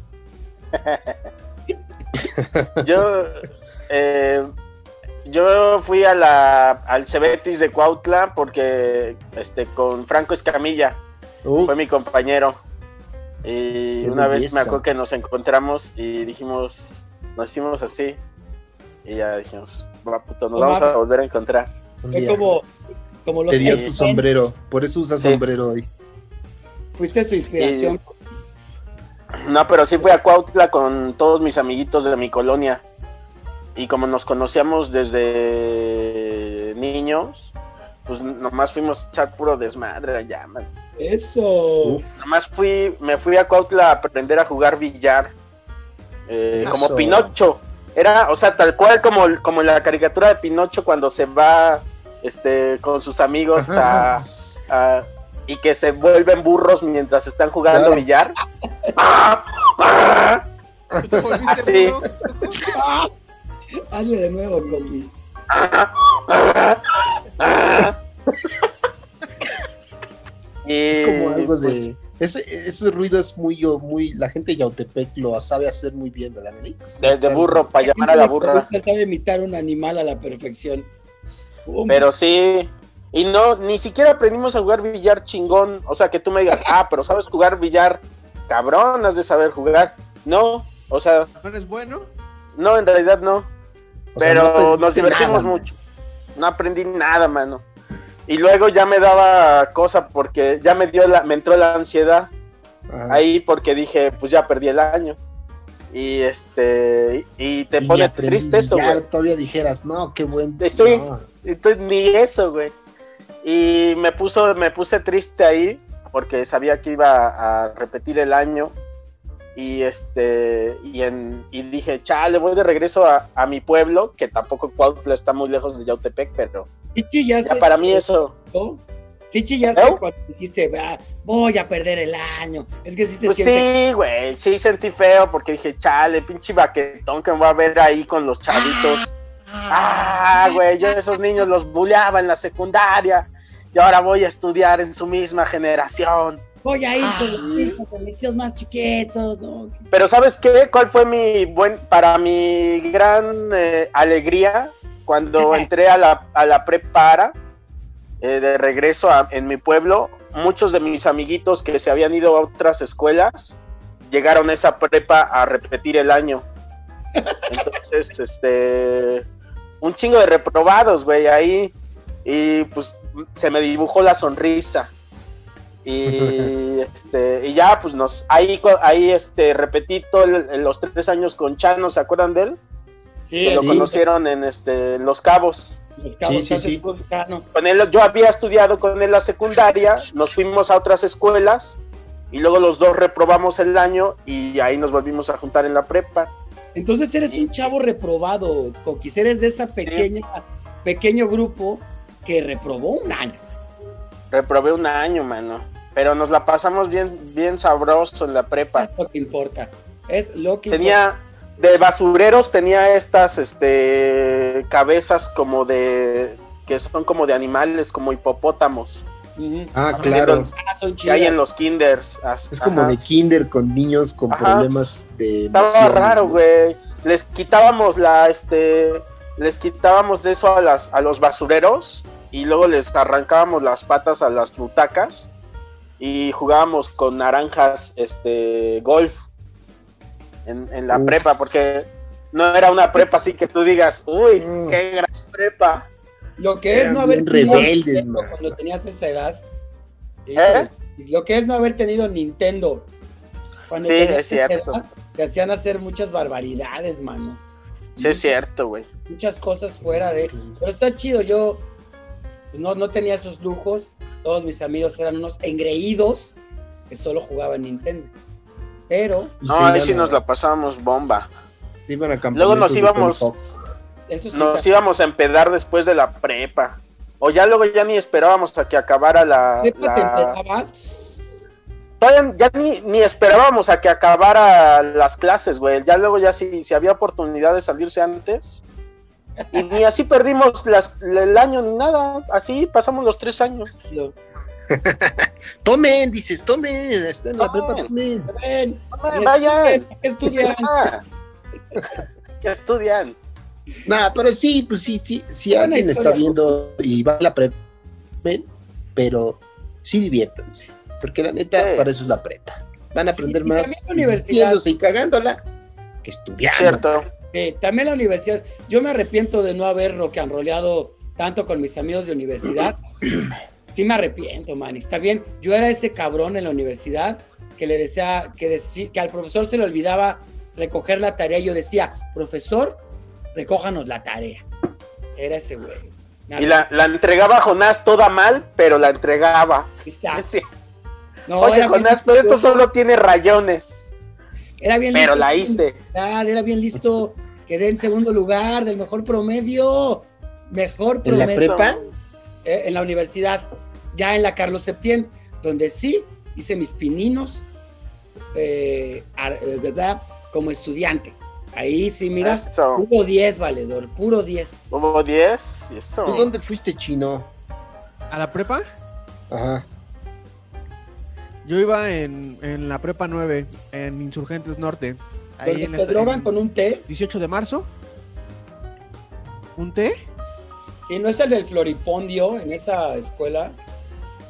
S2: [laughs]
S4: Yo, eh, yo fui a la, al Cebetis de Cuautla porque este, con Franco Escamilla fue mi compañero. Y
S2: Qué
S4: una vez
S2: belleza.
S4: me acuerdo que nos encontramos y dijimos, nos hicimos así. Y ya dijimos, va puto, nos
S5: No
S4: vamos a
S5: mames.
S4: volver a encontrar. [clears throat]
S2: Un
S5: Fue
S2: día
S5: como, como los
S2: te dio
S5: X-Men,
S2: su sombrero, por eso usa
S4: Sí.
S2: sombrero hoy.
S5: Fuiste su inspiración.
S4: No, pero sí fui a Cuautla con todos mis amiguitos de mi colonia. Y como nos conocíamos desde niños, pues nomás fuimos a echar puro desmadre allá, man.
S5: Eso.
S4: Nomás fui, me fui a Cuautla a aprender a jugar billar. eh,
S2: Eso.
S4: como Pinocho. Era, o sea, tal cual como, como en la caricatura de Pinocho cuando se va este, con sus amigos
S2: Ajá.
S4: a- a- y que se vuelven burros mientras están jugando
S2: Claro. [laughs]
S4: billar. ¡Ah! ¡Ah! [laughs] Así.
S5: ¡Ah! Hazle de nuevo, Coqui.
S4: Ah. Y,
S2: Es como algo de.
S4: pues,
S2: ese, ese ruido es muy, muy. La gente de Yautepec lo sabe hacer muy bien, ¿verdad, Menix?
S4: de,
S2: Es
S4: pues, de
S2: algo-
S4: burro, para llamar a la burra.
S5: Ahorita Sabe imitar un animal a la perfección. Pum.
S4: Pero sí. Y no, ni siquiera aprendimos a jugar billar chingón. O sea, que tú me digas, ah, pero sabes jugar billar, cabrón, has de saber jugar. No, o sea,
S3: ¿No eres bueno?
S4: no, en realidad no.
S2: O sea,
S4: pero
S2: no aprendiste
S4: nos divertimos
S2: nada,
S4: mucho. No aprendí nada, mano. Y luego ya me daba cosa porque ya me dio la, me entró la ansiedad
S2: Ah,
S4: ahí porque dije, pues ya perdí el año. Y este, y te
S2: y
S4: pone
S2: aprendí,
S4: triste esto,
S2: ya
S4: güey.
S2: todavía dijeras, no, qué buen.
S4: Estoy-
S2: no.
S4: Entonces, ni eso, güey. Y me puso, me puse triste ahí porque sabía que iba a repetir el año. Y este, y, en, y dije, chale, voy de regreso a, a mi pueblo, que tampoco Cuautla está muy lejos de Yautepec, pero
S5: ¿Sí chillaste?
S4: ya para mí eso.
S5: ¿no? ¿Sí chillaste
S4: ¿Eh?
S5: cuando dijiste, "Ah, voy a perder el año? Es que sí se
S4: Pues
S5: siente...
S4: sí, güey, sí sentí feo porque dije, chale, pinche baquetón que me va a ver ahí con los chavitos. Ah, güey, yo a esos niños los bulleaba en la secundaria y ahora voy a estudiar en su misma generación.
S5: Voy a ir
S4: Ah.
S5: con los hijos de mis tíos más chiquitos, ¿no?
S4: Pero ¿sabes qué? ¿Cuál fue mi buen, para mi gran eh, alegría cuando entré a la, a la prepara eh, de regreso a- en mi pueblo? Muchos de mis amiguitos que se habían ido a otras escuelas llegaron a esa prepa a repetir el año. Entonces, [laughs] este, un chingo de reprobados, güey, ahí. Y pues se me dibujó la sonrisa. Y, este, y ya, pues nos, ahí, co- ahí este, repetí todos los tres años con Chano, ¿se acuerdan de él?
S5: Sí,
S4: Que lo
S2: sí.
S4: conocieron en este, en Los Cabos.
S5: Los cabos
S2: Sí, sí,
S5: que haces
S2: sí.
S5: con Jano.
S4: Con él, yo había estudiado con él la secundaria, nos fuimos a otras escuelas y luego los dos reprobamos el año y ahí nos volvimos a juntar en la prepa.
S5: Entonces eres un chavo reprobado, Coquis, eres de esa pequeña, pequeño grupo que reprobó un año.
S4: Reprobé un año, mano. Pero nos la pasamos bien, bien sabroso en la prepa.
S5: Es lo que importa. Es lo que
S4: Tenía de basureros tenía estas este cabezas como de que son como de animales, como hipopótamos.
S5: importa. Ujú.
S2: Ah,
S4: Aprendieron
S2: claro.
S5: Ah, son
S4: Que hay
S5: chidas.
S4: en los kinders. As-
S2: Es como
S4: ajá.
S2: de kinder con niños con
S4: Ajá.
S2: problemas de.
S4: Estaba
S2: emociones,
S4: raro,
S2: ¿no?
S4: güey. Les quitábamos la este les quitábamos de eso a las a los basureros y luego les arrancábamos las patas a las butacas y jugábamos con naranjas este golf en, en la
S2: Uf.
S4: prepa porque no era una prepa así que tú digas, uy,
S2: Mm.
S4: qué gran prepa.
S5: Lo que es
S2: Eran
S5: no haber
S2: bien
S5: tenido
S2: rebeldes,
S5: Nintendo
S2: man.
S5: cuando tenías esa edad.
S4: ¿Eh?
S5: Lo que es no haber tenido Nintendo. Cuando
S4: Sí,
S5: tenías
S4: es cierto.
S5: esa edad, te hacían hacer muchas barbaridades, mano.
S4: Sí es cierto, güey.
S5: Muchas cosas fuera de... Pero está chido, yo pues, no, no tenía esos lujos. Todos mis amigos eran unos engreídos que solo jugaban Nintendo. Pero
S2: Y
S4: No,
S2: se
S4: ahí
S2: iban
S4: sí
S2: a-
S4: nos la pasamos bomba.
S2: se iban a
S4: Luego nos
S2: campamentos de
S4: íbamos-
S2: Tony Hawk.
S5: eso sí...
S4: Nos íbamos a empedar después de la prepa. O ya luego ya ni esperábamos a que acabara la,
S5: Pepa,
S4: la-
S5: te empezabas,
S4: Todavía ya ni, ni esperábamos a que acabara las clases, güey. Ya luego ya si, si había oportunidad de salirse antes. Y ni así perdimos las, el año ni nada. Así pasamos los tres años.
S5: lo-
S2: Tomen, dices, tomen. Está en la
S4: Tomen.
S2: prepa, tomen.
S5: ven,
S4: Ah, Vayan,
S5: ¿qué estudian?
S4: ah. [laughs] ¿Qué estudian?
S2: Nah, pero sí, pues sí, sí, si
S5: Buena
S2: alguien
S5: historia.
S2: está viendo y va a la prepa, ven, pero sí diviértanse, porque la neta,
S4: Sí.
S2: para eso es la prepa. Van a
S5: Sí,
S2: aprender
S5: y
S2: más
S5: también la universidad.
S2: divirtiéndose y cagándola que estudiando.
S4: Cierto.
S5: Sí, también la universidad. Yo me arrepiento de no haber rock and roleado tanto con mis amigos de
S4: [clears throat]
S5: universidad. Sí me arrepiento, man. Está bien. Yo era ese cabrón en la universidad que le decía que, deci- que al profesor se le olvidaba recoger la tarea. y Yo decía, profesor, recójanos la tarea. Era ese güey.
S4: Y la, la entregaba Jonás toda mal, pero la entregaba.
S5: Está.
S4: [laughs] Sí.
S5: No,
S4: Oye,
S5: era bien
S4: Jonás, pero esto
S5: listo.
S4: solo tiene rayones.
S5: Era bien
S4: Pero
S5: listo.
S4: la hice.
S5: Ah, Era bien listo. Quedé en segundo lugar del mejor promedio. Mejor
S2: En la
S5: promedio.
S2: prepa,
S5: eh, en la universidad, ya en la Carlos Septién, donde sí hice mis pininos eh, ar- eh, ¿verdad? como estudiante. Ahí sí,
S3: Ah,
S5: mira,
S4: Eso.
S5: puro 10, valedor, puro 10.
S4: Hubo 10. y Eso.
S2: ¿tú dónde fuiste chino?
S3: ¿A la prepa?
S2: Ajá.
S3: Yo iba en, en la prepa 9, en Insurgentes Norte. Ahí
S5: donde
S3: en
S5: te
S3: esta-
S5: drogan
S3: en
S5: con un té,
S3: 18 de marzo. ¿Un té?
S5: si no es el del floripondio en esa escuela,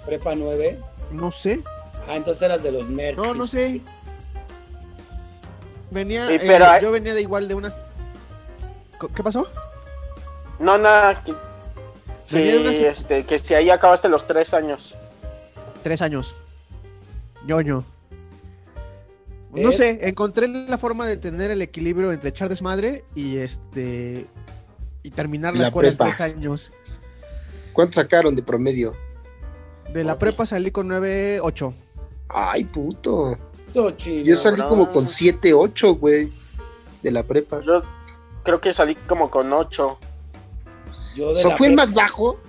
S5: prepa 9.
S3: No sé.
S5: Ah, entonces eras de los nerds.
S3: No, no sé. Venía.
S4: Sí,
S3: eh,
S4: pero hay-
S3: yo venía de igual de unas. Co- ¿Qué pasó?
S4: No, nada. que- Sí,
S3: Venía de una se-
S4: este, que si ahí acabaste los tres años.
S3: Tres años. Ñoño. No
S5: Eh.
S3: sé, encontré la forma de tener el equilibrio entre echar desmadre y este. Y terminar
S2: Y
S3: la
S2: la
S3: escuela en
S2: prepa.
S3: tres años.
S2: ¿Cuánto sacaron de promedio?
S3: De la
S4: Ok.
S3: prepa salí con 9-8.
S2: Ay, puto.
S5: Todo chido.
S2: Yo salí
S4: Cabrón.
S2: como con 7, 8, güey, de la prepa.
S4: Yo creo que salí como con ocho.
S2: O
S5: Yo de
S2: sea,
S5: la
S2: fue el
S5: prepa-
S2: más bajo.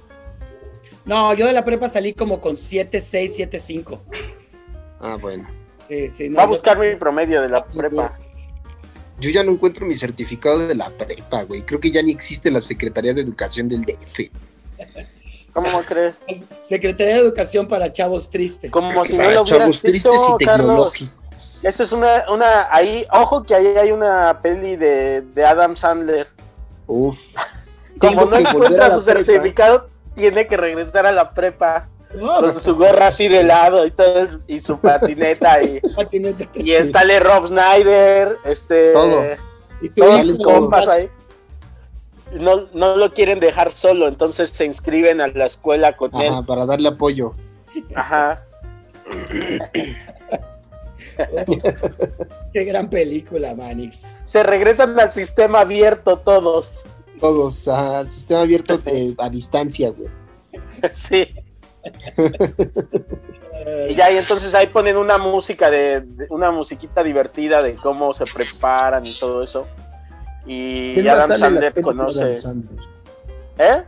S5: No, yo de la prepa salí como con 76, 75.
S2: Ah, bueno.
S5: Sí, sí, no,
S4: Va a
S5: yo-
S4: buscar mi promedio de la prepa.
S2: Yo ya no encuentro mi certificado de la prepa, güey. Creo que ya ni existe la Secretaría de Educación del DF.
S4: ¿Cómo
S2: [laughs]
S4: crees?
S5: Secretaría de Educación para chavos tristes.
S4: Como si no
S2: Para
S4: lo hubiera
S2: Ah, chavos tristes
S4: escrito,
S2: y
S4: Carlos.
S2: tecnológicos.
S4: Esa es una, una, ahí, ojo que ahí hay una peli de, de Adam Sandler.
S2: Uf.
S4: [laughs] Como no
S2: Tengo que volver a
S4: encuentra
S2: la
S4: su
S2: prepa.
S4: certificado, tiene que regresar a la prepa
S5: No,
S4: con su gorra así de lado y todo, y su patineta
S2: [laughs]
S4: y,
S5: patineta,
S4: y
S5: [laughs] sí.
S4: sale Rob Snyder, este,
S2: Todo.
S5: Y tú
S4: todos
S5: dices,
S4: sus
S2: hijo.
S4: compas ahí. No, no lo quieren dejar solo, entonces se inscriben a la escuela con
S2: Ajá,
S4: él.
S2: para darle apoyo.
S4: Ajá.
S5: [laughs] Qué gran película, Manix.
S4: Se regresan al sistema abierto todos. [laughs]
S2: Todos, ajá, al sistema abierto de- a distancia, güey.
S4: Sí. Y ya, y entonces ahí ponen una música de, de- una musiquita divertida de cómo se preparan y todo eso. Y
S2: ¿Quién más
S4: Adam
S2: sale en las
S4: Sandler
S2: pelis de Adam
S4: conoce.
S2: Sandler?
S4: ¿Eh?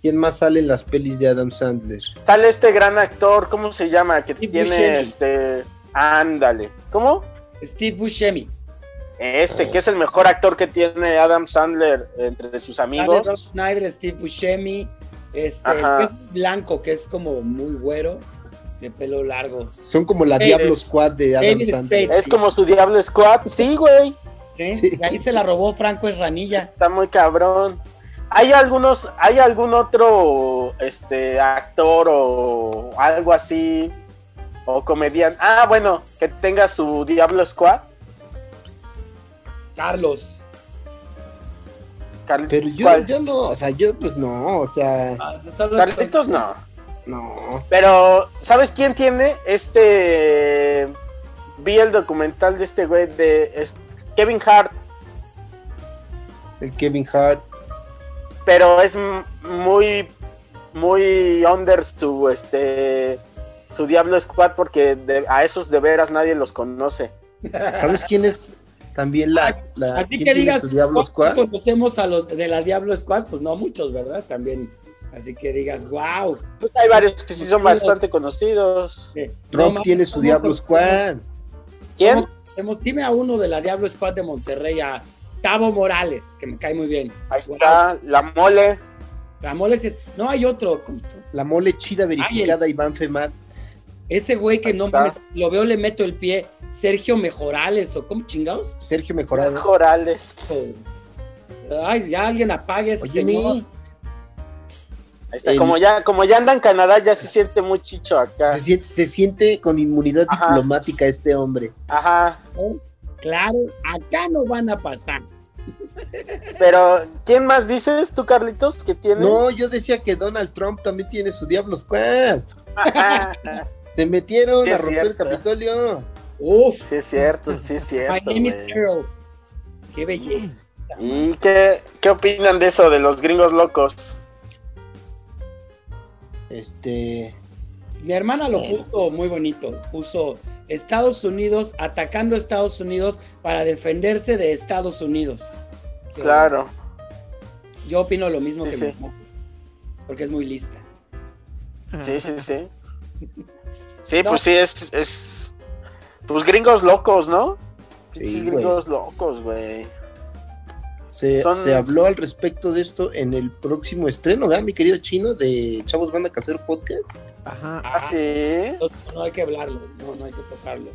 S2: ¿Quién más sale en las pelis de Adam Sandler?
S4: Sale este gran actor, ¿cómo se llama? Que
S5: Steve
S4: tiene
S5: Buscemi.
S4: este. Ándale. ¿Cómo?
S5: Eh, Steve Buscemi.
S4: Ese, que es el mejor actor que tiene Adam Sandler entre sus
S5: Sale Rob
S4: amigos.
S5: Schneider, Steve Buscemi. Este,
S4: Ajá.
S5: el pez blanco, que es como muy güero, de pelo largo.
S2: Son como la
S5: David-
S2: Diablo Squad de Adam
S5: David
S2: Sandler.
S5: Spade.
S4: Es como su Diablo Squad. Sí, güey.
S5: ¿sí?
S2: Sí.
S5: Y ahí se la robó Franco Esranilla.
S4: Está muy cabrón. ¿Hay algunos, hay algún otro este actor o algo así? O comediante. Ah, bueno, que tenga su Diablo Squad.
S5: Carlos.
S4: Carl-
S2: Pero yo,
S4: ¿cuál?
S2: yo no, o sea, yo pues no, o sea,
S4: Carlitos no.
S2: no.
S4: Pero, ¿sabes quién tiene? Este. Vi el documental de este güey de es- Kevin Hart,
S2: El Kevin Hart.
S4: pero es m- muy. Muy under su este. Su Diablo Squad, porque de- a esos de veras nadie los conoce.
S2: ¿Sabes quién es también la, la
S5: Así
S2: quién
S5: que
S2: tiene
S5: digas,
S2: su Diablo
S5: ¿cuántos
S2: Squad?
S5: conocemos a los de la Diablo Squad? Pues no muchos, ¿verdad? También. Así que digas, wow.
S4: Pues hay varios que sí son bastante conocidos.
S2: Trump tiene su Diablo Squad.
S4: ¿Quién?
S5: Dime a uno de la Diablo Squad de Monterrey, a Tavo Morales, que me cae muy bien.
S4: Ahí está, la mole.
S5: Ramoles es. No hay otro. ¿cómo se llama?
S2: La mole chida verificada Iván Femat.
S5: Ese güey que
S4: Ahí
S5: no
S4: está.
S5: mames, lo veo, le meto el pie. Sergio Mejorales, o ¿cómo chingados?
S2: Sergio Mejorado.
S4: Corales. Ahí
S5: Ay, ya alguien apague ese
S2: Oye,
S5: señor.
S2: mi,
S4: está,
S2: El-
S4: Como, ya, como ya anda en Canadá, ya se siente muy chicho acá.
S2: se, siente, se siente con inmunidad
S4: Ajá.
S2: diplomática este hombre.
S4: Ajá.
S5: Claro, acá no van a pasar.
S4: Pero, ¿quién más dices tú, Carlitos? que tiene?
S2: No, yo decía que Donald Trump también tiene su Diablo Squad.
S4: Ah,
S2: Se metieron
S4: Sí,
S2: a
S4: es
S2: romper el
S4: cierto.
S2: Capitolio.
S5: Uf,
S4: sí, es cierto, sí, es
S5: my
S4: cierto.
S5: name is
S4: güey. Mm.
S5: Carol. Qué belleza.
S4: ¿Y qué, qué opinan de eso, de los gringos locos?
S2: Este.
S5: Mi hermana lo
S2: Bueno,
S5: puso
S2: pues.
S5: muy bonito. Puso Estados Unidos atacando a Estados Unidos para defenderse de Estados Unidos. Que
S4: Claro.
S5: Yo opino lo mismo
S4: Sí,
S5: que
S4: sí.
S5: mi hermana, porque es muy lista.
S4: Sí, sí, sí. Sí,
S5: No.
S4: pues [laughs] sí, es, es. Pues gringos locos, ¿no? Pinches
S2: Sí, güey.
S4: gringos locos, güey.
S2: Se,
S4: Son-
S2: se habló al respecto de esto en el próximo estreno, ¿verdad, mi querido chino? De Chavos Banda Casero Podcast.
S3: Ajá.
S4: Ah, sí.
S5: No, no hay que hablarlo, no, no hay que tocarlo.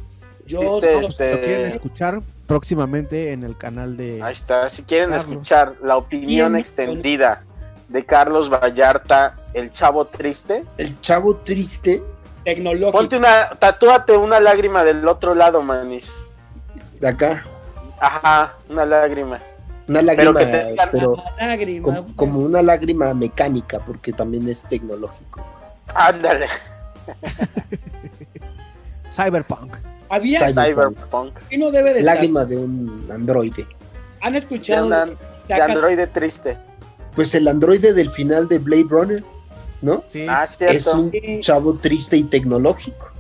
S5: Yo
S4: Viste,
S5: solo-
S3: Lo quieren
S4: este,
S3: escuchar próximamente en el canal de.
S4: Ahí está. Si quieren
S3: Carlos.
S4: escuchar la opinión
S5: Bien.
S4: extendida de Carlos Vallarta, el chavo triste,
S2: El Chavo Triste,
S5: tecnológico.
S4: Ponte una, tatúate una lágrima del otro lado, manis.
S2: de acá.
S4: Ajá, una lágrima.
S2: Una lágrima,
S4: que te digan- "Ah, pues".
S2: pero
S5: Lágrima.
S2: como, como una lágrima mecánica, porque también es tecnológico. [laughs]
S4: Ándale,
S3: Cyberpunk.
S5: Había,
S2: Cyber-
S4: Cyberpunk.
S5: ¿qué no debe de ser?
S2: Lágrima de un androide.
S5: ¿Han
S4: De,
S5: escuchado?
S4: una- de
S5: Sacas-
S4: androide triste.
S2: Pues el androide del final de Blade Runner, ¿no?
S3: Sí.
S4: Ah,
S2: Es
S4: cierto.
S2: un chavo triste y tecnológico.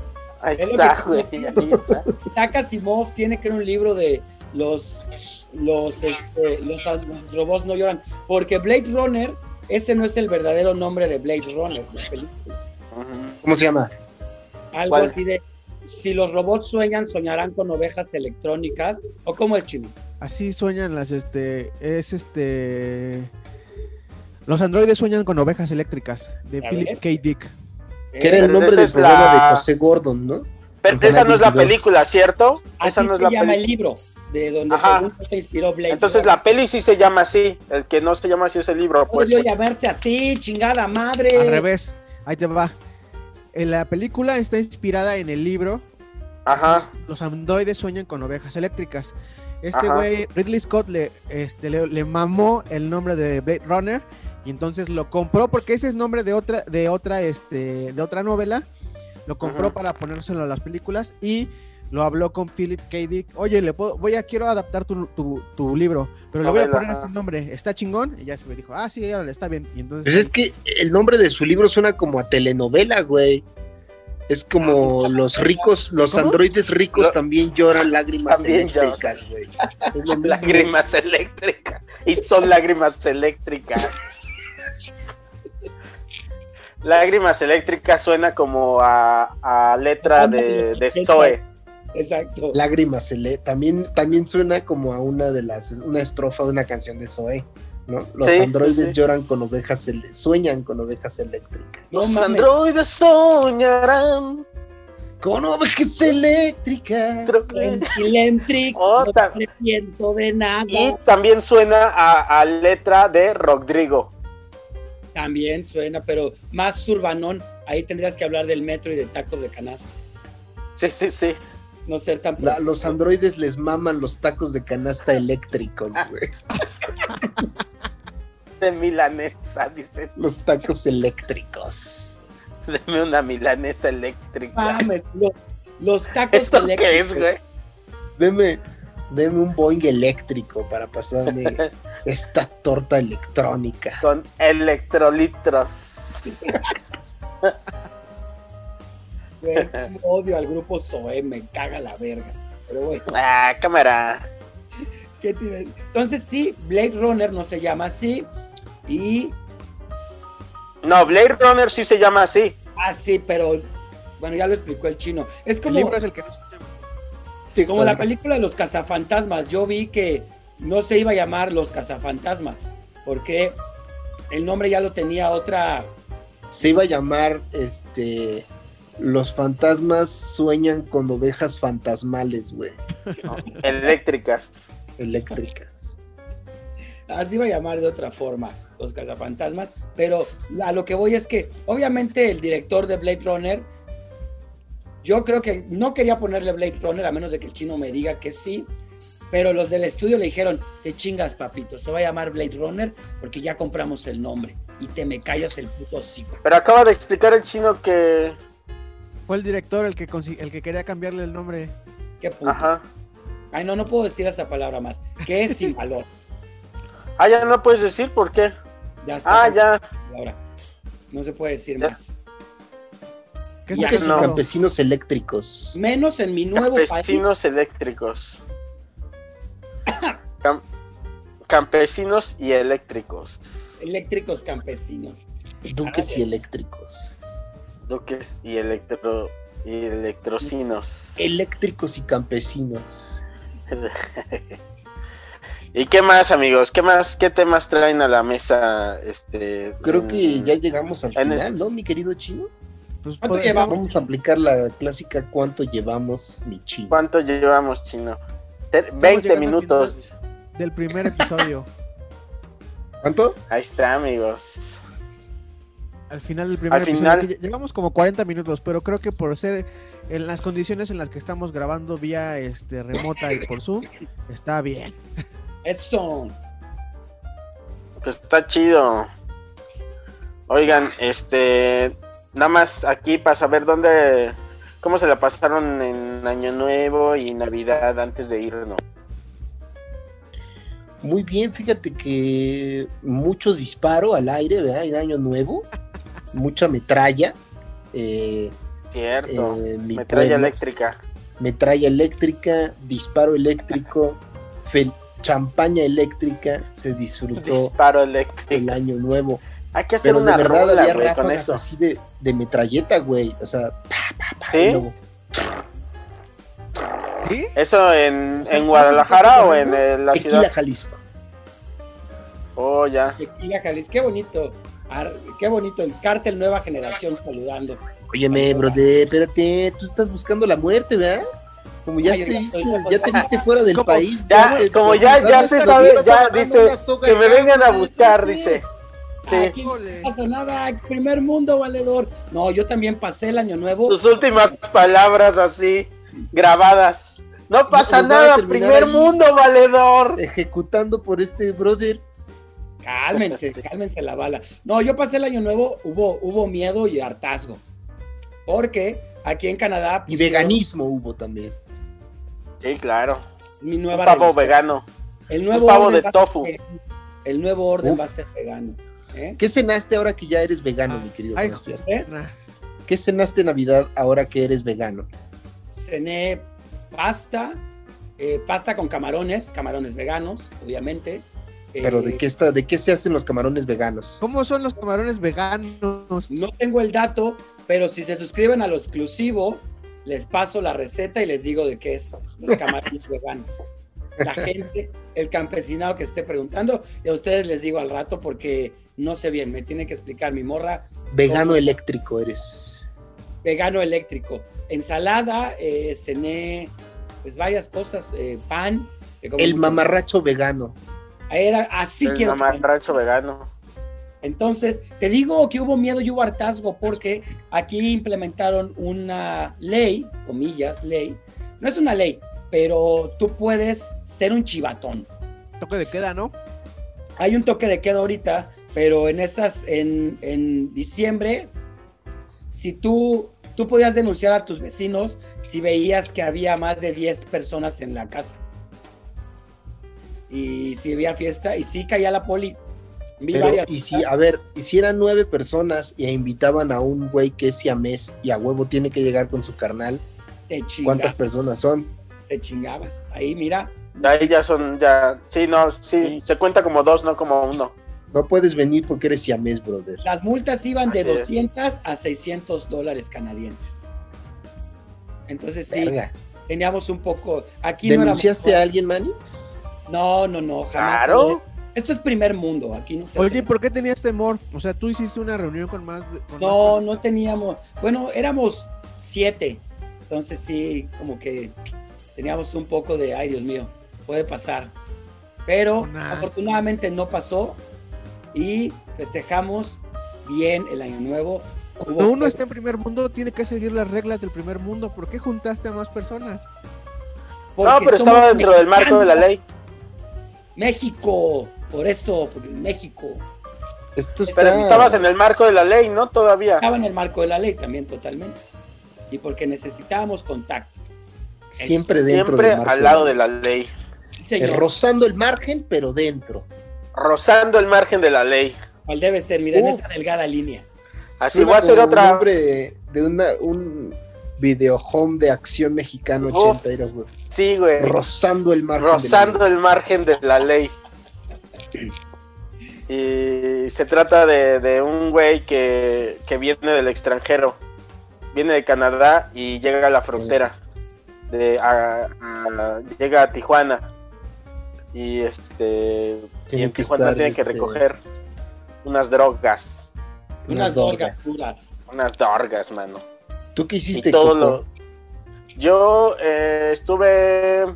S4: Ahí
S5: Es lo
S4: está,
S5: que-
S4: güey. Ahí está.
S5: Isaac Asimov tiene que era un libro de los los este, los, a- los robots no lloran porque Blade Runner ese no es el verdadero nombre de Blade Runner la película.
S4: Ujú.
S2: ¿Cómo se
S4: Eh,
S2: llama?
S5: algo
S4: ¿Cuál?
S5: así de si los robots sueñan soñarán con ovejas electrónicas o como el chino
S3: Así sueñan las, este, es este... Los androides sueñan con ovejas eléctricas, de
S5: A
S3: Philip
S5: ver.
S3: K. Dick.
S2: Que era el
S4: Pero
S2: nombre
S4: esa
S2: del
S4: es
S2: programa
S4: la-
S2: de José Gordon, ¿no?
S4: Pero
S2: Ojalá
S4: esa no es la
S2: 22.
S4: película, ¿cierto?
S5: así
S4: Esa no es
S5: se
S4: la
S5: llama el
S4: película.
S5: libro de donde
S4: Ajá.
S5: según se inspiró Blade
S4: Entonces
S5: Runner.
S4: la peli sí se llama así. El que no se llama así es el libro, pues.
S5: Podría llamarse así chingada madre
S3: Al revés, ahí te va. En la película está inspirada en el libro
S5: [laughs]
S4: Ajá.
S3: Los androides sueñan con ovejas eléctricas. Este
S4: Ajá.
S3: güey, Ridley Scott, le, este, le, le mamó el nombre de Blade Runner y entonces lo compró porque ese es nombre de otra, de otra, este, de otra novela. Lo compró
S4: Ajá.
S3: para ponérselo a las películas y lo habló con Philip K. Dick. Oye, le puedo, voy a quiero adaptar tu, tu- tu libro, pero le voy a
S4: Novela,
S3: poner
S4: ajá.
S3: ese nombre. Está chingón. Y ya se me dijo, ah, sí, órale, está bien. Y entonces
S2: Pues es que el nombre de su libro suena como a telenovela, güey. Es
S4: Ah,
S2: como los ricos, los
S3: ¿Cómo?
S2: androides ricos
S4: Lo-
S2: también lloran lágrimas
S4: También
S2: eléctricas, güey.
S4: [laughs]
S2: Es lo mismo.
S4: Lágrimas eléctricas. Y son lágrimas
S5: [laughs]
S4: eléctricas. Lágrimas eléctricas suena como a, a letra de, de Zoe.
S5: exacto [laughs]
S2: Lágrimas ele- también también suena como a una de las una estrofa de una canción de Zoe, ¿no? Los
S4: Sí,
S2: androides
S4: sí, sí.
S2: lloran con ovejas ele- sueñan con ovejas eléctricas.
S5: No
S4: Los
S5: mames.
S4: androides soñarán.
S2: Con ovejas eléctricas.
S4: Creo que-
S5: Eléctrico,
S4: Otra.
S5: no me arrepiento de nada
S4: Y también suena a, a letra de Rodrigo.
S5: También suena, pero más urbanón. Ahí tendrías que hablar del metro y de tacos de canasta.
S4: Sí, sí, sí.
S5: No ser tan.
S2: La- los androides les maman los tacos de canasta eléctricos,
S4: Ah.
S2: güey.
S4: De milanesa, dice.
S2: Los tacos eléctricos.
S4: Deme una milanesa eléctrica.
S5: Mames, los, los tacos.
S4: [laughs] ¿Esto qué
S5: eléctricos.
S4: es, güey?
S2: Deme, deme un Boeing eléctrico para
S4: [laughs]
S2: pasarme esta torta electrónica.
S4: Con electrolitros.
S5: Güey, cómo odio al grupo Zoe, me caga la verga. Pero bueno,
S4: Ah, cámara.
S5: ¿qué te iba a decir? Entonces, sí, Blade Runner no se llama así. Y
S4: No, Blade Runner sí se llama así.
S5: así, Ah, pero. Bueno, ya lo explicó el chino. Es
S3: el
S5: como.
S3: libro es el que no se llama.
S5: Como la película de Los Cazafantasmas, yo vi que no se iba a llamar Los Cazafantasmas, porque el nombre ya lo tenía otra.
S2: Se iba a llamar este. Los fantasmas sueñan con ovejas fantasmales, güey.
S4: ¿no? Eléctricas.
S2: Eléctricas.
S5: Así iba a llamar de otra forma, Los Cazafantasmas, pero a lo que voy es que, obviamente, el director de Blade Runner, yo creo que no quería ponerle Blade Runner, a menos de que el chino me diga que sí. Pero los del estudio le dijeron, te chingas, papito, se va a llamar Blade Runner porque ya compramos el nombre y te me callas el puto hocico.
S4: Pero acaba de explicar el chino que.
S3: Fue el director el que, consi- el que quería cambiarle el nombre.
S5: Qué puto.
S4: Ajá.
S5: Ay, no, no puedo decir esa palabra más. Que es sin valor.
S4: Ah, ya no puedes decir por qué.
S5: Ya está.
S4: [laughs] Ah, ya.
S5: esa palabra. No se puede decir
S4: Ya.
S5: más.
S3: ¿Qué
S5: Ya
S2: Que
S3: que
S2: son
S4: no.
S2: campesinos eléctricos.
S5: Menos en mi nuevo
S4: Campesinos eléctricos. Cam- Campesinos y eléctricos.
S5: país. Eléctricos campesinos.
S2: Duques y eléctricos.
S4: Duques y electro. Y electrocinos.
S2: Eléctricos y campesinos.
S4: [laughs] ¿Y qué más, amigos? ¿Qué más? ¿Qué temas traen a la mesa? Este.
S2: Creo
S4: en-
S2: que ya llegamos al
S4: En
S2: final, ¿no, mi querido chino?
S3: Pues,
S5: ¿Cuánto
S3: pues,
S5: llevamos?
S2: Vamos a aplicar la clásica ¿Cuánto llevamos, mi chino?
S4: ¿Cuánto llevamos, chino? Te-
S3: llegando
S4: 20
S3: al
S4: minutos.
S3: del primer episodio.
S4: [laughs]
S2: ¿Cuánto?
S4: Ahí está, amigos.
S3: Al final del primer
S4: Al
S3: episodio,
S4: final.
S3: que lle- Llevamos como 40 minutos, pero creo que por ser en las condiciones en las que estamos grabando vía este remota y por Zoom, está bien.
S5: Eso.
S4: Pues está chido. Oigan, este. Nada más aquí para saber dónde. ¿Cómo se la pasaron en Año Nuevo y Navidad antes de irnos?
S2: Muy bien, fíjate que mucho disparo al aire, ¿verdad? En Año Nuevo, mucha metralla. eh,
S4: Cierto.
S2: Eh, mi
S4: Metralla
S2: pueblo.
S4: eléctrica.
S2: metralla eléctrica, disparo eléctrico, fel- champaña eléctrica, se disfrutó
S4: Disparo eléctrico.
S2: el año nuevo.
S4: Hay que hacer
S2: Pero
S4: una
S2: de verdad
S4: rola,
S2: había
S4: güey, con
S2: ráfagas
S4: eso.
S2: así de, de metralleta, güey. O sea, pa, pa, pa,
S4: ¿Sí?
S2: y luego,
S3: ¿Sí?
S4: ¿Eso en,
S3: Sí,
S4: en Guadalajara
S3: ¿no?
S4: o en eh, la
S2: Tequila,
S4: ciudad?
S2: Jalisco.
S4: Oh, ya.
S5: Tequila Jalisco, qué bonito. Ar- qué bonito, el cártel Nueva Generación saludando.
S2: Óyeme, brother, espérate, tú estás buscando la muerte, ¿verdad? Como ya,
S5: Ay,
S2: te,
S5: ya
S2: viste,
S5: estoy-
S2: ya te viste fuera del
S3: Como
S2: país.
S4: ya-
S2: te-
S4: como
S2: te-
S4: ya-
S2: te-
S4: ya
S2: te-
S4: se
S2: te-
S4: sabe,
S2: te-
S4: ya
S2: te-
S4: dice,
S2: una soga
S4: Que me
S2: acá,
S4: vengan a
S2: güey,
S4: buscar,
S2: ¿qué?
S4: dice. Sí.
S5: Aquí no pasa nada, primer mundo valedor. No, yo también pasé el año nuevo.
S4: Tus últimas palabras así, grabadas. No pasa
S2: nos van a
S4: nada,
S2: terminar
S4: primer
S2: ahí.
S4: mundo, valedor.
S2: Ejecutando por este brother.
S4: [laughs]
S5: Cálmense, cálmense la bala. No, yo pasé el año nuevo, hubo, hubo miedo y hartazgo. Porque aquí en Canadá.
S2: Y
S5: pusieron
S2: veganismo hubo también.
S4: Sí, claro.
S5: Mi
S4: Un
S5: nueva
S4: pavo
S5: religión.
S4: vegano.
S5: El nuevo
S4: un pavo
S5: orden
S4: de
S5: va a
S4: tofu.
S5: ser- El nuevo orden
S2: Uf.
S5: va a ser vegano. ¿eh?
S2: ¿Qué cenaste ahora que ya eres vegano,
S3: Ah,
S2: mi querido?
S3: ay,
S2: Jonas?
S5: ¿Eh?
S2: ¿Qué cenaste en Navidad ahora que eres vegano?
S5: Cené pasta, eh, pasta con camarones, camarones veganos, obviamente. Eh,
S2: Pero ¿de qué, está, ¿de qué se hacen los camarones veganos?
S3: ¿Cómo son los camarones veganos?
S5: No tengo el dato, pero si se suscriben a lo exclusivo, les paso la receta y les digo de qué es
S2: [laughs]
S5: los camarones veganos. La gente, el campesinado que esté preguntando, y a ustedes les digo al rato porque no sé bien, me tiene que explicar mi morra
S2: Vegano
S5: ¿Cómo?
S2: eléctrico eres.
S5: vegano eléctrico. Ensalada, eh, cené pues varias cosas, eh, pan. que como
S2: El
S5: mucho-
S2: mamarracho vegano.
S5: Era, así
S4: el
S5: quiero.
S4: mamarracho vegano.
S5: Entonces, te digo que hubo miedo y hubo hartazgo porque aquí implementaron una ley, comillas, ley. No es una ley, pero tú puedes ser un chivatón.
S3: Toque de queda, ¿no?
S5: Hay un toque de queda ahorita, pero en esas, en, en diciembre, si tú, tú podías denunciar a tus vecinos si veías que había más de 10 personas en la casa. Y si había fiesta, y sí caía la poli. Vi
S2: Pero,
S5: varias
S2: y si,
S5: fiestas.
S2: a ver, y si eran nueve personas y invitaban a un güey que es siamés y a huevo tiene que llegar con su carnal,
S5: Te chingas.
S2: ¿cuántas personas son?
S5: te chingabas. Ahí, mira,
S4: Ahí ya son, ya. Sí, no, sí.
S5: Sí.
S4: Se cuenta como dos, no como uno.
S2: No puedes venir porque eres siamés, brother.
S5: las multas iban de
S4: Así es.
S5: 200 a 600 dólares canadienses. Entonces sí,
S2: Verga.
S5: teníamos un poco... Aquí
S2: ¿Denunciaste
S5: no
S2: a
S5: éramos-
S2: alguien, Manix?
S5: No, no, no, jamás.
S4: Claro.
S5: Esto es primer mundo, aquí no se
S3: Oye,
S5: hace-
S3: ¿por qué tenías temor? O sea, tú hiciste una reunión con más. de- con
S5: No,
S3: más
S5: no teníamos... Bueno, éramos siete. Entonces sí, como que teníamos un poco de, ay Dios mío, puede pasar. Pero
S3: Buenas.
S5: afortunadamente no pasó y festejamos bien el año nuevo.
S3: personas. Cuando
S5: Hubo-
S3: uno está en primer mundo, tiene que seguir las reglas del primer mundo. ¿Por qué juntaste a más personas?
S4: No,
S5: Porque
S4: pero
S5: somos
S4: estaba dentro del marco de la
S5: mexicanos.
S4: ley.
S5: México, por eso, porque México.
S2: Esto está...
S4: Pero estabas en el marco de la ley, ¿no? Todavía.
S5: Estaba en el marco de la ley también totalmente. Y porque necesitábamos contacto.
S2: Siempre dentro
S4: Siempre
S2: del margen.
S4: al lado de la ley.
S5: Sí,
S2: Eh,
S5: señor.
S2: rozando el margen, pero dentro.
S4: Rozando el margen de la ley.
S5: ¿Cuál debe ser? Miren
S2: Uf.
S5: esa delgada línea.
S4: Así
S2: Suena
S4: voy a hacer
S2: como
S4: otra.
S2: Un nombre de, de una, un video home de acción mexicano
S4: Oh.
S2: 80 era, güey.
S4: Sí, güey.
S2: Rozando el margen. de la
S4: rozando el margen de la ley. Y se trata de, de un güey que, que viene del extranjero, viene de Canadá y llega a la frontera, de, a- a- llega a Tijuana y este y
S2: Tiene
S4: en
S2: que
S4: Tijuana
S2: estar,
S4: tiene que
S2: este,
S4: recoger unas drogas,
S5: Unas
S2: dorgas.
S5: dorgas puras.
S4: unas dorgas, mano.
S2: ¿Tú qué hiciste?
S4: Y todo
S2: Coco?
S4: lo. Yo eh, estuve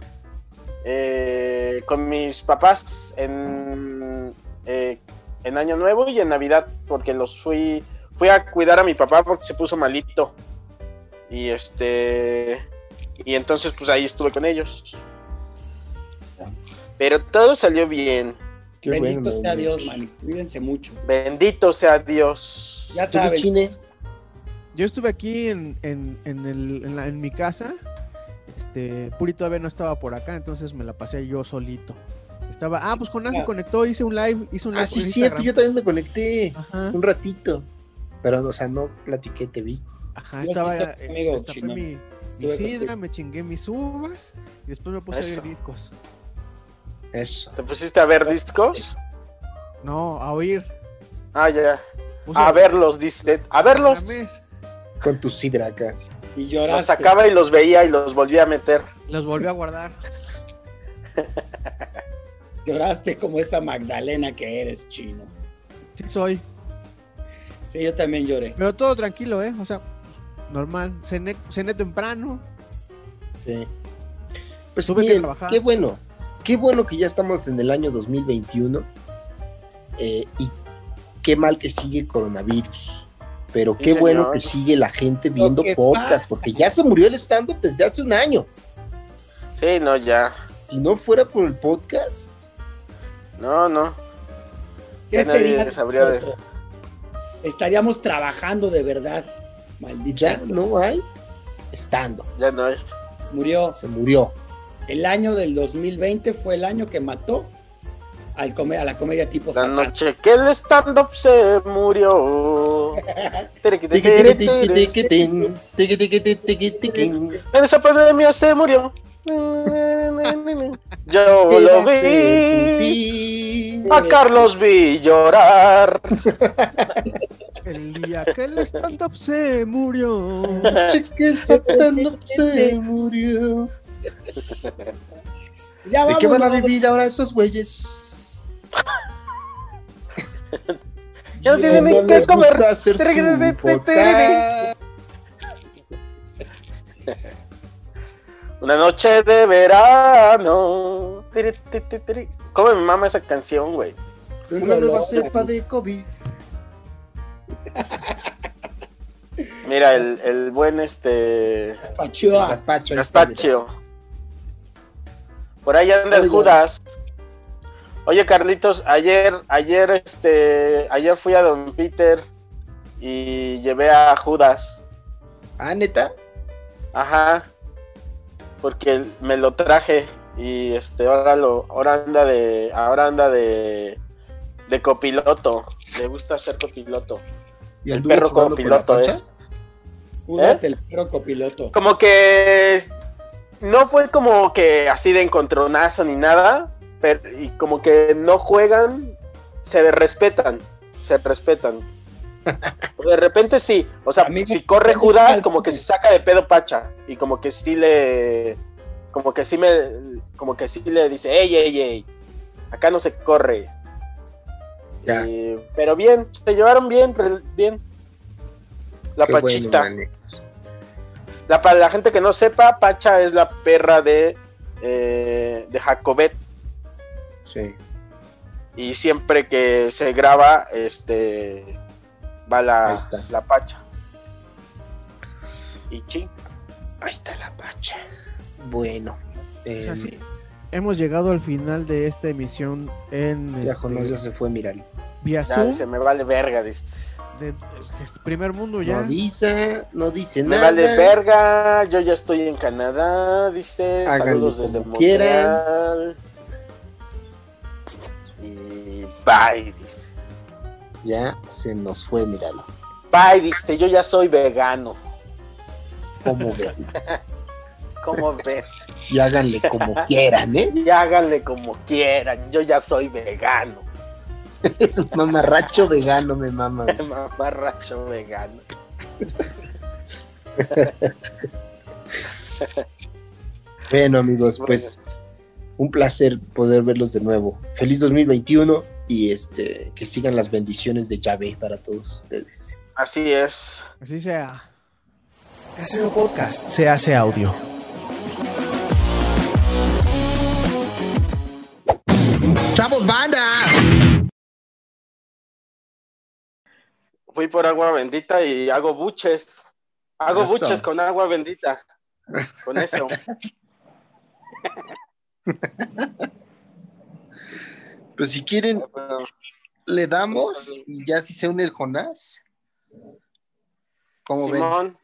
S4: eh, con mis papás en, eh, en Año Nuevo y en Navidad, porque los fui. Fui a cuidar a mi papá porque se puso malito. Y este. Y entonces, pues ahí estuve con ellos. Pero todo salió bien.
S2: Qué
S5: Bendito
S2: bueno,
S5: sea
S2: man.
S5: Dios, manis. Cuídense mucho.
S4: Bendito sea Dios.
S5: Ya
S2: ¿Tú, mi
S5: saben.
S2: chine?
S3: Yo estuve aquí en, en- en el- en la- en mi casa. Este, Puri todavía no estaba por acá, entonces me la pasé yo solito. Estaba, ah, pues Jonás se
S5: Ya.
S3: conectó, hice un live, hice un live
S2: Ah, sí,
S3: por
S2: cierto, yo
S3: Instagram.
S2: también me conecté
S3: Ajá,
S2: un ratito. Pero, o sea, no platiqué, te vi.
S3: ajá,
S5: Yo sí
S3: estaba,
S5: estoy
S3: eh,
S5: conmigo,
S3: destapé
S5: chino.
S3: mi, mi
S5: Estuve
S3: sidra,
S5: contigo.
S3: me chingué mis uvas y después me puse a
S4: Eso.
S3: oír discos.
S2: Eso.
S4: ¿Te pusiste a ver discos?
S3: No, a oír.
S4: Ah, ya.
S3: Puse
S4: A verlos, dice. A verlos.
S3: la mes.
S2: Con tu sidra casi.
S5: Y
S4: Los
S5: lloraste.
S4: sacaba y los veía y los volvía a meter.
S3: Los volví a guardar.
S5: Lloraste como esa Magdalena que eres, chino.
S3: Sí soy.
S5: Sí, yo también lloré.
S3: Pero todo tranquilo, ¿eh? O sea, normal. Cené, cené temprano.
S2: Sí. Pues
S3: Tuve que
S2: miren,
S3: trabajar.
S2: qué bueno, qué bueno que ya estamos en el año 2021 eh, y qué mal que sigue el coronavirus, pero qué
S4: Sí,
S2: bueno
S4: señor.
S2: que sigue la gente viendo
S5: que
S2: podcast,
S5: pasa.
S2: porque ya se murió el stand-up desde hace un año.
S4: Sí, no, ya.
S2: Si no fuera por el podcast,
S4: No, no.
S5: ¿Qué
S4: Ya nadie
S5: sería de
S4: sabría de-
S5: nosotros? Estaríamos trabajando de verdad. Maldito.
S2: ya no hay stand-up,
S4: Ya no hay.
S5: Murió.
S2: se murió.
S5: El año del 2020 fue el año que mató al come- a la comedia tipo
S4: La
S5: satán.
S4: noche que el stand-up se [laughs] murió. Tiriqui, tiriqui, tiriqui, tiriqui. En esa pandemia se [laughs] murió. Yo lo vi. A Carlos vi llorar.
S3: El día que el stand-up se murió.
S4: Ah.
S2: Cheque, stand-up se murió.
S5: Ya
S2: ¿De
S5: vamos,
S2: qué van a vivir ahora esos güeyes?
S4: Ya no tienen
S2: no
S4: ni qué
S2: les
S4: comer.
S2: gusta hacer su podcast.
S4: Una noche de verano. Tiri, ti, ti, tiri. ¿Cómo me mama esa canción, güey?
S2: Una nueva cepa de COVID.
S4: Mira, el, el buen este.
S5: Pachuca.
S2: Gaspacho. ahí está.
S4: Gastacho. Por ahí anda el
S2: Oiga.
S4: Judas. Oye, Carlitos, ayer, ayer, este, ayer fui a Don Peter y llevé a Judas.
S2: Ah, neta.
S4: Ajá. Porque me lo traje y este ahora lo ahora anda de ahora anda de de copiloto. Le gusta ser copiloto.
S2: Y
S4: el
S2: anduvo
S4: perro
S2: jugando con la
S4: copiloto ¿eh?
S2: pacha.
S4: es.
S5: Judas, el perro copiloto.
S4: Como que no fue como que así de encontronazo ni nada, pero y como que no juegan, se respetan, se respetan. De repente sí, o sea,
S5: A mí me-
S4: si corre Judas, como que se saca de pedo Pacha y como que sí le, como que sí me, como que sí le dice, ey, ey, ey, acá no se corre.
S2: Ya.
S4: Y- pero bien, se llevaron bien, re- bien. La
S2: Qué bueno,
S4: Pachita.
S2: mané.
S4: La, para la gente que no sepa, Pacha es la perra de, eh, de Jacobet.
S2: Sí.
S4: Y siempre que se graba, este va
S2: Ahí
S4: la,
S2: está.
S4: la Pacha. Y ching.
S2: Ahí está la pacha. Bueno.
S3: O
S2: eh,
S3: sea, sí, Hemos llegado al final de esta emisión en
S2: Ya
S3: este,
S2: Jonás ya se fue, miral.
S3: vía
S4: ya,
S3: Zoom
S4: dice, me vale verga, dice.
S3: de- este, primer mundo
S2: No
S3: ya.
S2: avisa, no dice
S4: Me
S2: nada.
S4: vale verga, yo ya estoy en Canadá, dice.
S2: Háganlo
S4: Saludos desde
S2: como
S4: Montreal. Y bye, dice.
S2: Ya se nos fue, míralo.
S4: Bye, dice, yo ya soy vegano.
S2: Como ven.
S4: ¿Cómo [laughs] ves?
S2: Y háganle como quieran, ¿eh? [laughs]
S4: Y háganle como quieran, yo ya soy vegano. [laughs]
S2: Mamarracho vegano, me mama. güey.
S4: Mamarracho vegano.
S2: Bueno, amigos, pues un placer poder verlos de nuevo. Feliz 2021 y este que sigan las bendiciones de Yahvé para todos ustedes.
S4: Así es.
S3: Así sea.
S1: Casero Podcast se hace audio.
S2: ¡Chavos, banda!
S4: Fui por agua bendita y hago buches. Hago
S2: Eso.
S4: buches con agua bendita. Con eso.
S2: Pues si quieren, le damos y ya si se une el Jonás. ¿Cómo ven?
S6: Simón,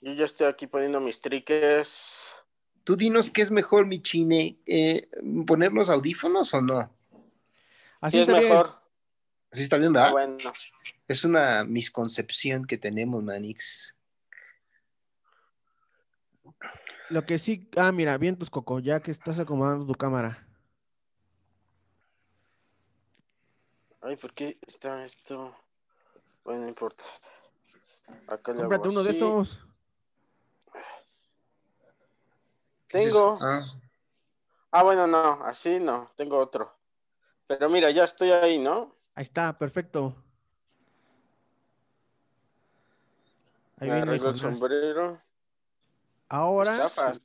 S6: yo ya estoy aquí poniendo mis triques.
S2: Tú dinos qué es mejor, mi chine, eh, poner los audífonos o no.
S3: Así
S6: Sí, es
S3: está bien.
S6: mejor.
S2: Así está bien,
S6: Ah,
S2: ¿verdad?
S6: Bueno,
S2: Es una misconcepción que tenemos, Manix.
S3: Lo que sí, ah, mira, bien tus coco, ya que estás acomodando tu cámara.
S6: ay, ¿por qué está esto? Bueno, no importa. Acá le hago
S3: Cómprate uno de
S6: así.
S3: estos.
S2: ¿Qué es
S6: Tengo.
S2: eso? Ah,
S6: Ah, bueno, no, así no, tengo otro. Pero mira, ya estoy ahí, ¿no?
S3: Ahí está, perfecto. Ahí
S6: Me
S3: viene el
S6: arreglo el
S3: Jonás.
S6: sombrero.
S3: Ahora
S6: Está fácil.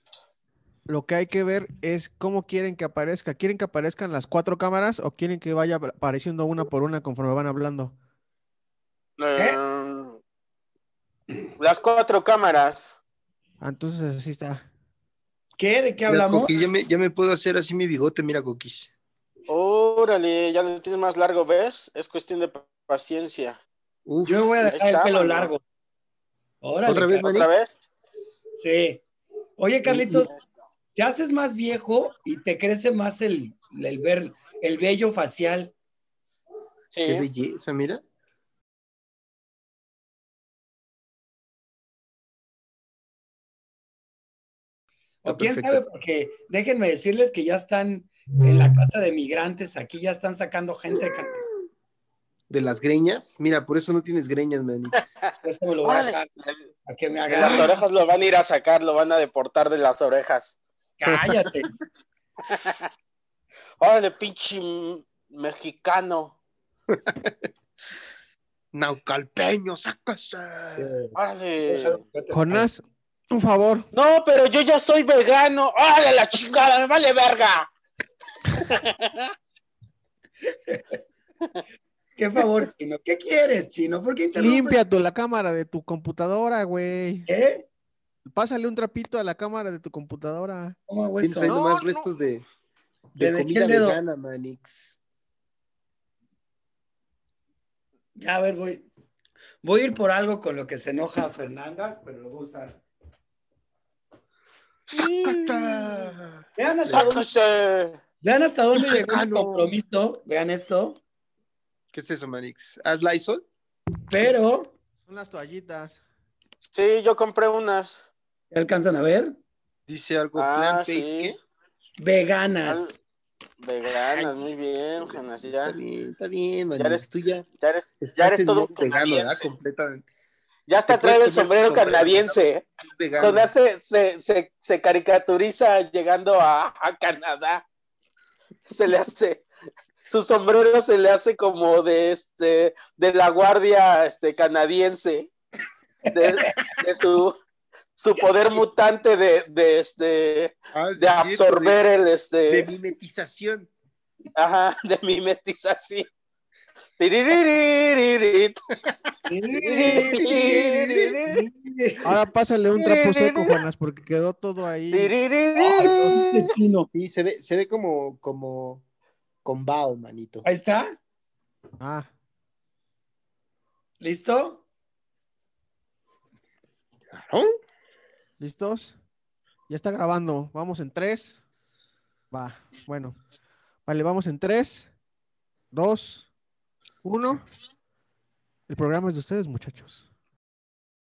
S3: lo que hay que ver es cómo quieren que aparezca. ¿Quieren que aparezcan las cuatro cámaras o quieren que vaya apareciendo una por una conforme van hablando?
S6: Eh, Em, Las cuatro cámaras.
S3: Ah, entonces así está.
S5: ¿Qué? ¿De qué
S2: mira,
S5: hablamos?
S2: Coquis, ya, me, ya me puedo hacer así mi bigote, mira, Coquis.
S6: Órale, ya lo tienes más largo, ¿ves? Es cuestión de pa- paciencia.
S2: Uf,
S5: Yo me voy a
S6: Ahí
S5: dejar el
S6: está,
S5: pelo
S6: mano.
S5: largo. Órale,
S2: ¿Otra vez,
S5: Car-
S2: Manix?
S6: ¿Otra vez?
S5: Sí. Oye, Carlitos, te haces más viejo y te crece más el, el, ver, el vello facial.
S2: Qué
S6: Sí.
S2: belleza, mira.
S5: O
S2: Está
S5: quién
S2: perfecto.
S5: sabe, porque déjenme decirles que ya están en la casa de migrantes, aquí ya están sacando gente. de Car-
S2: De las greñas. Mira, por eso no tienes greñas,
S6: [laughs]
S2: Manix.
S5: Eso me lo voy a dejar
S6: Órale.
S5: a que me
S6: De [laughs] Las
S5: hagan.
S6: orejas lo van a ir a sacar, lo van a deportar de las orejas.
S5: Cállate.
S6: Órale, pinche m- mexicano.
S2: Naucalpeño, sácase.
S6: Órale.
S3: Jonás, un favor.
S6: No, pero yo ya soy vegano. Órale, la chingada, me vale verga.
S5: ¿Qué favor, Chino? ¿Qué quieres, Chino? ¿Por qué interrumpes? ¿Eh?
S3: Limpia tu, la cámara de tu computadora, güey.
S5: ¿Qué?
S3: Pásale un trapito a la cámara de tu computadora.
S5: ¿Cómo hago
S2: Tienes
S5: eso?
S2: ahí
S3: No,
S2: nomás
S3: no.
S2: restos de,
S5: Le
S2: de
S5: dejé
S2: comida
S5: el dedo.
S2: vegana, Manix.
S5: Ya, a ver, voy. Voy a ir por algo con lo que se enoja Fernanda, pero lo voy a usar.
S2: ¡Sácate!
S5: Vean hasta
S6: [laughs]
S5: dónde,
S6: Sáquese.
S5: vean hasta dónde llegó
S2: Ah,
S5: el
S2: no.
S5: compromiso, vean esto,
S2: ¿Qué es eso, Manix? ¿Haz Lysol?
S5: pero
S3: Son las toallitas.
S6: Sí, yo compré unas.
S5: ¿ya alcanzan a ver?
S2: Dice algo
S6: Ah,
S2: plant-based, ¿qué?
S6: sí.
S5: Veganas.
S6: Veganas, muy bien, Jonas. Ya,
S2: Está bien, está bien, Manix.
S6: eres-
S2: tú ya
S6: ya eres,
S2: estás
S6: ya eres
S2: en
S6: todo
S2: modo vegano, ¿verdad?
S6: canadiense.
S2: Completamente.
S6: Ya hasta
S2: Te puedes
S6: trae el
S2: comer
S6: sombrero
S2: tu sombrero,
S6: canadiense. ¿eh?
S2: Estás Vegano.
S6: Jonas se, Pues se, se, se caricaturiza llegando a, a Canadá. Se le hace, su sombrero se le hace como de este, de la guardia este, canadiense. De, de su, su poder mutante de, de, este,
S2: Ah, sí,
S6: de
S2: es cierto,
S6: absorber el
S2: De, de
S6: este,
S2: mimetización.
S6: ajá, de mimetización. Tiririririt. Tiririririt.
S3: Ahora pásale un trapo seco, Jonás, porque quedó todo ahí.
S6: ¡Eh!
S5: Ay, no,
S6: Tiririririt.
S5: este es chino.
S2: Sí, se ve, se ve como, como con bao, manito.
S5: Ahí está,
S3: Ah,
S5: ¿listo?
S2: ¿No?
S3: ¿listos? Ya está grabando. Vamos en tres. Va, bueno. Vale, vamos en tres, dos, uno. El programa es de ustedes, muchachos.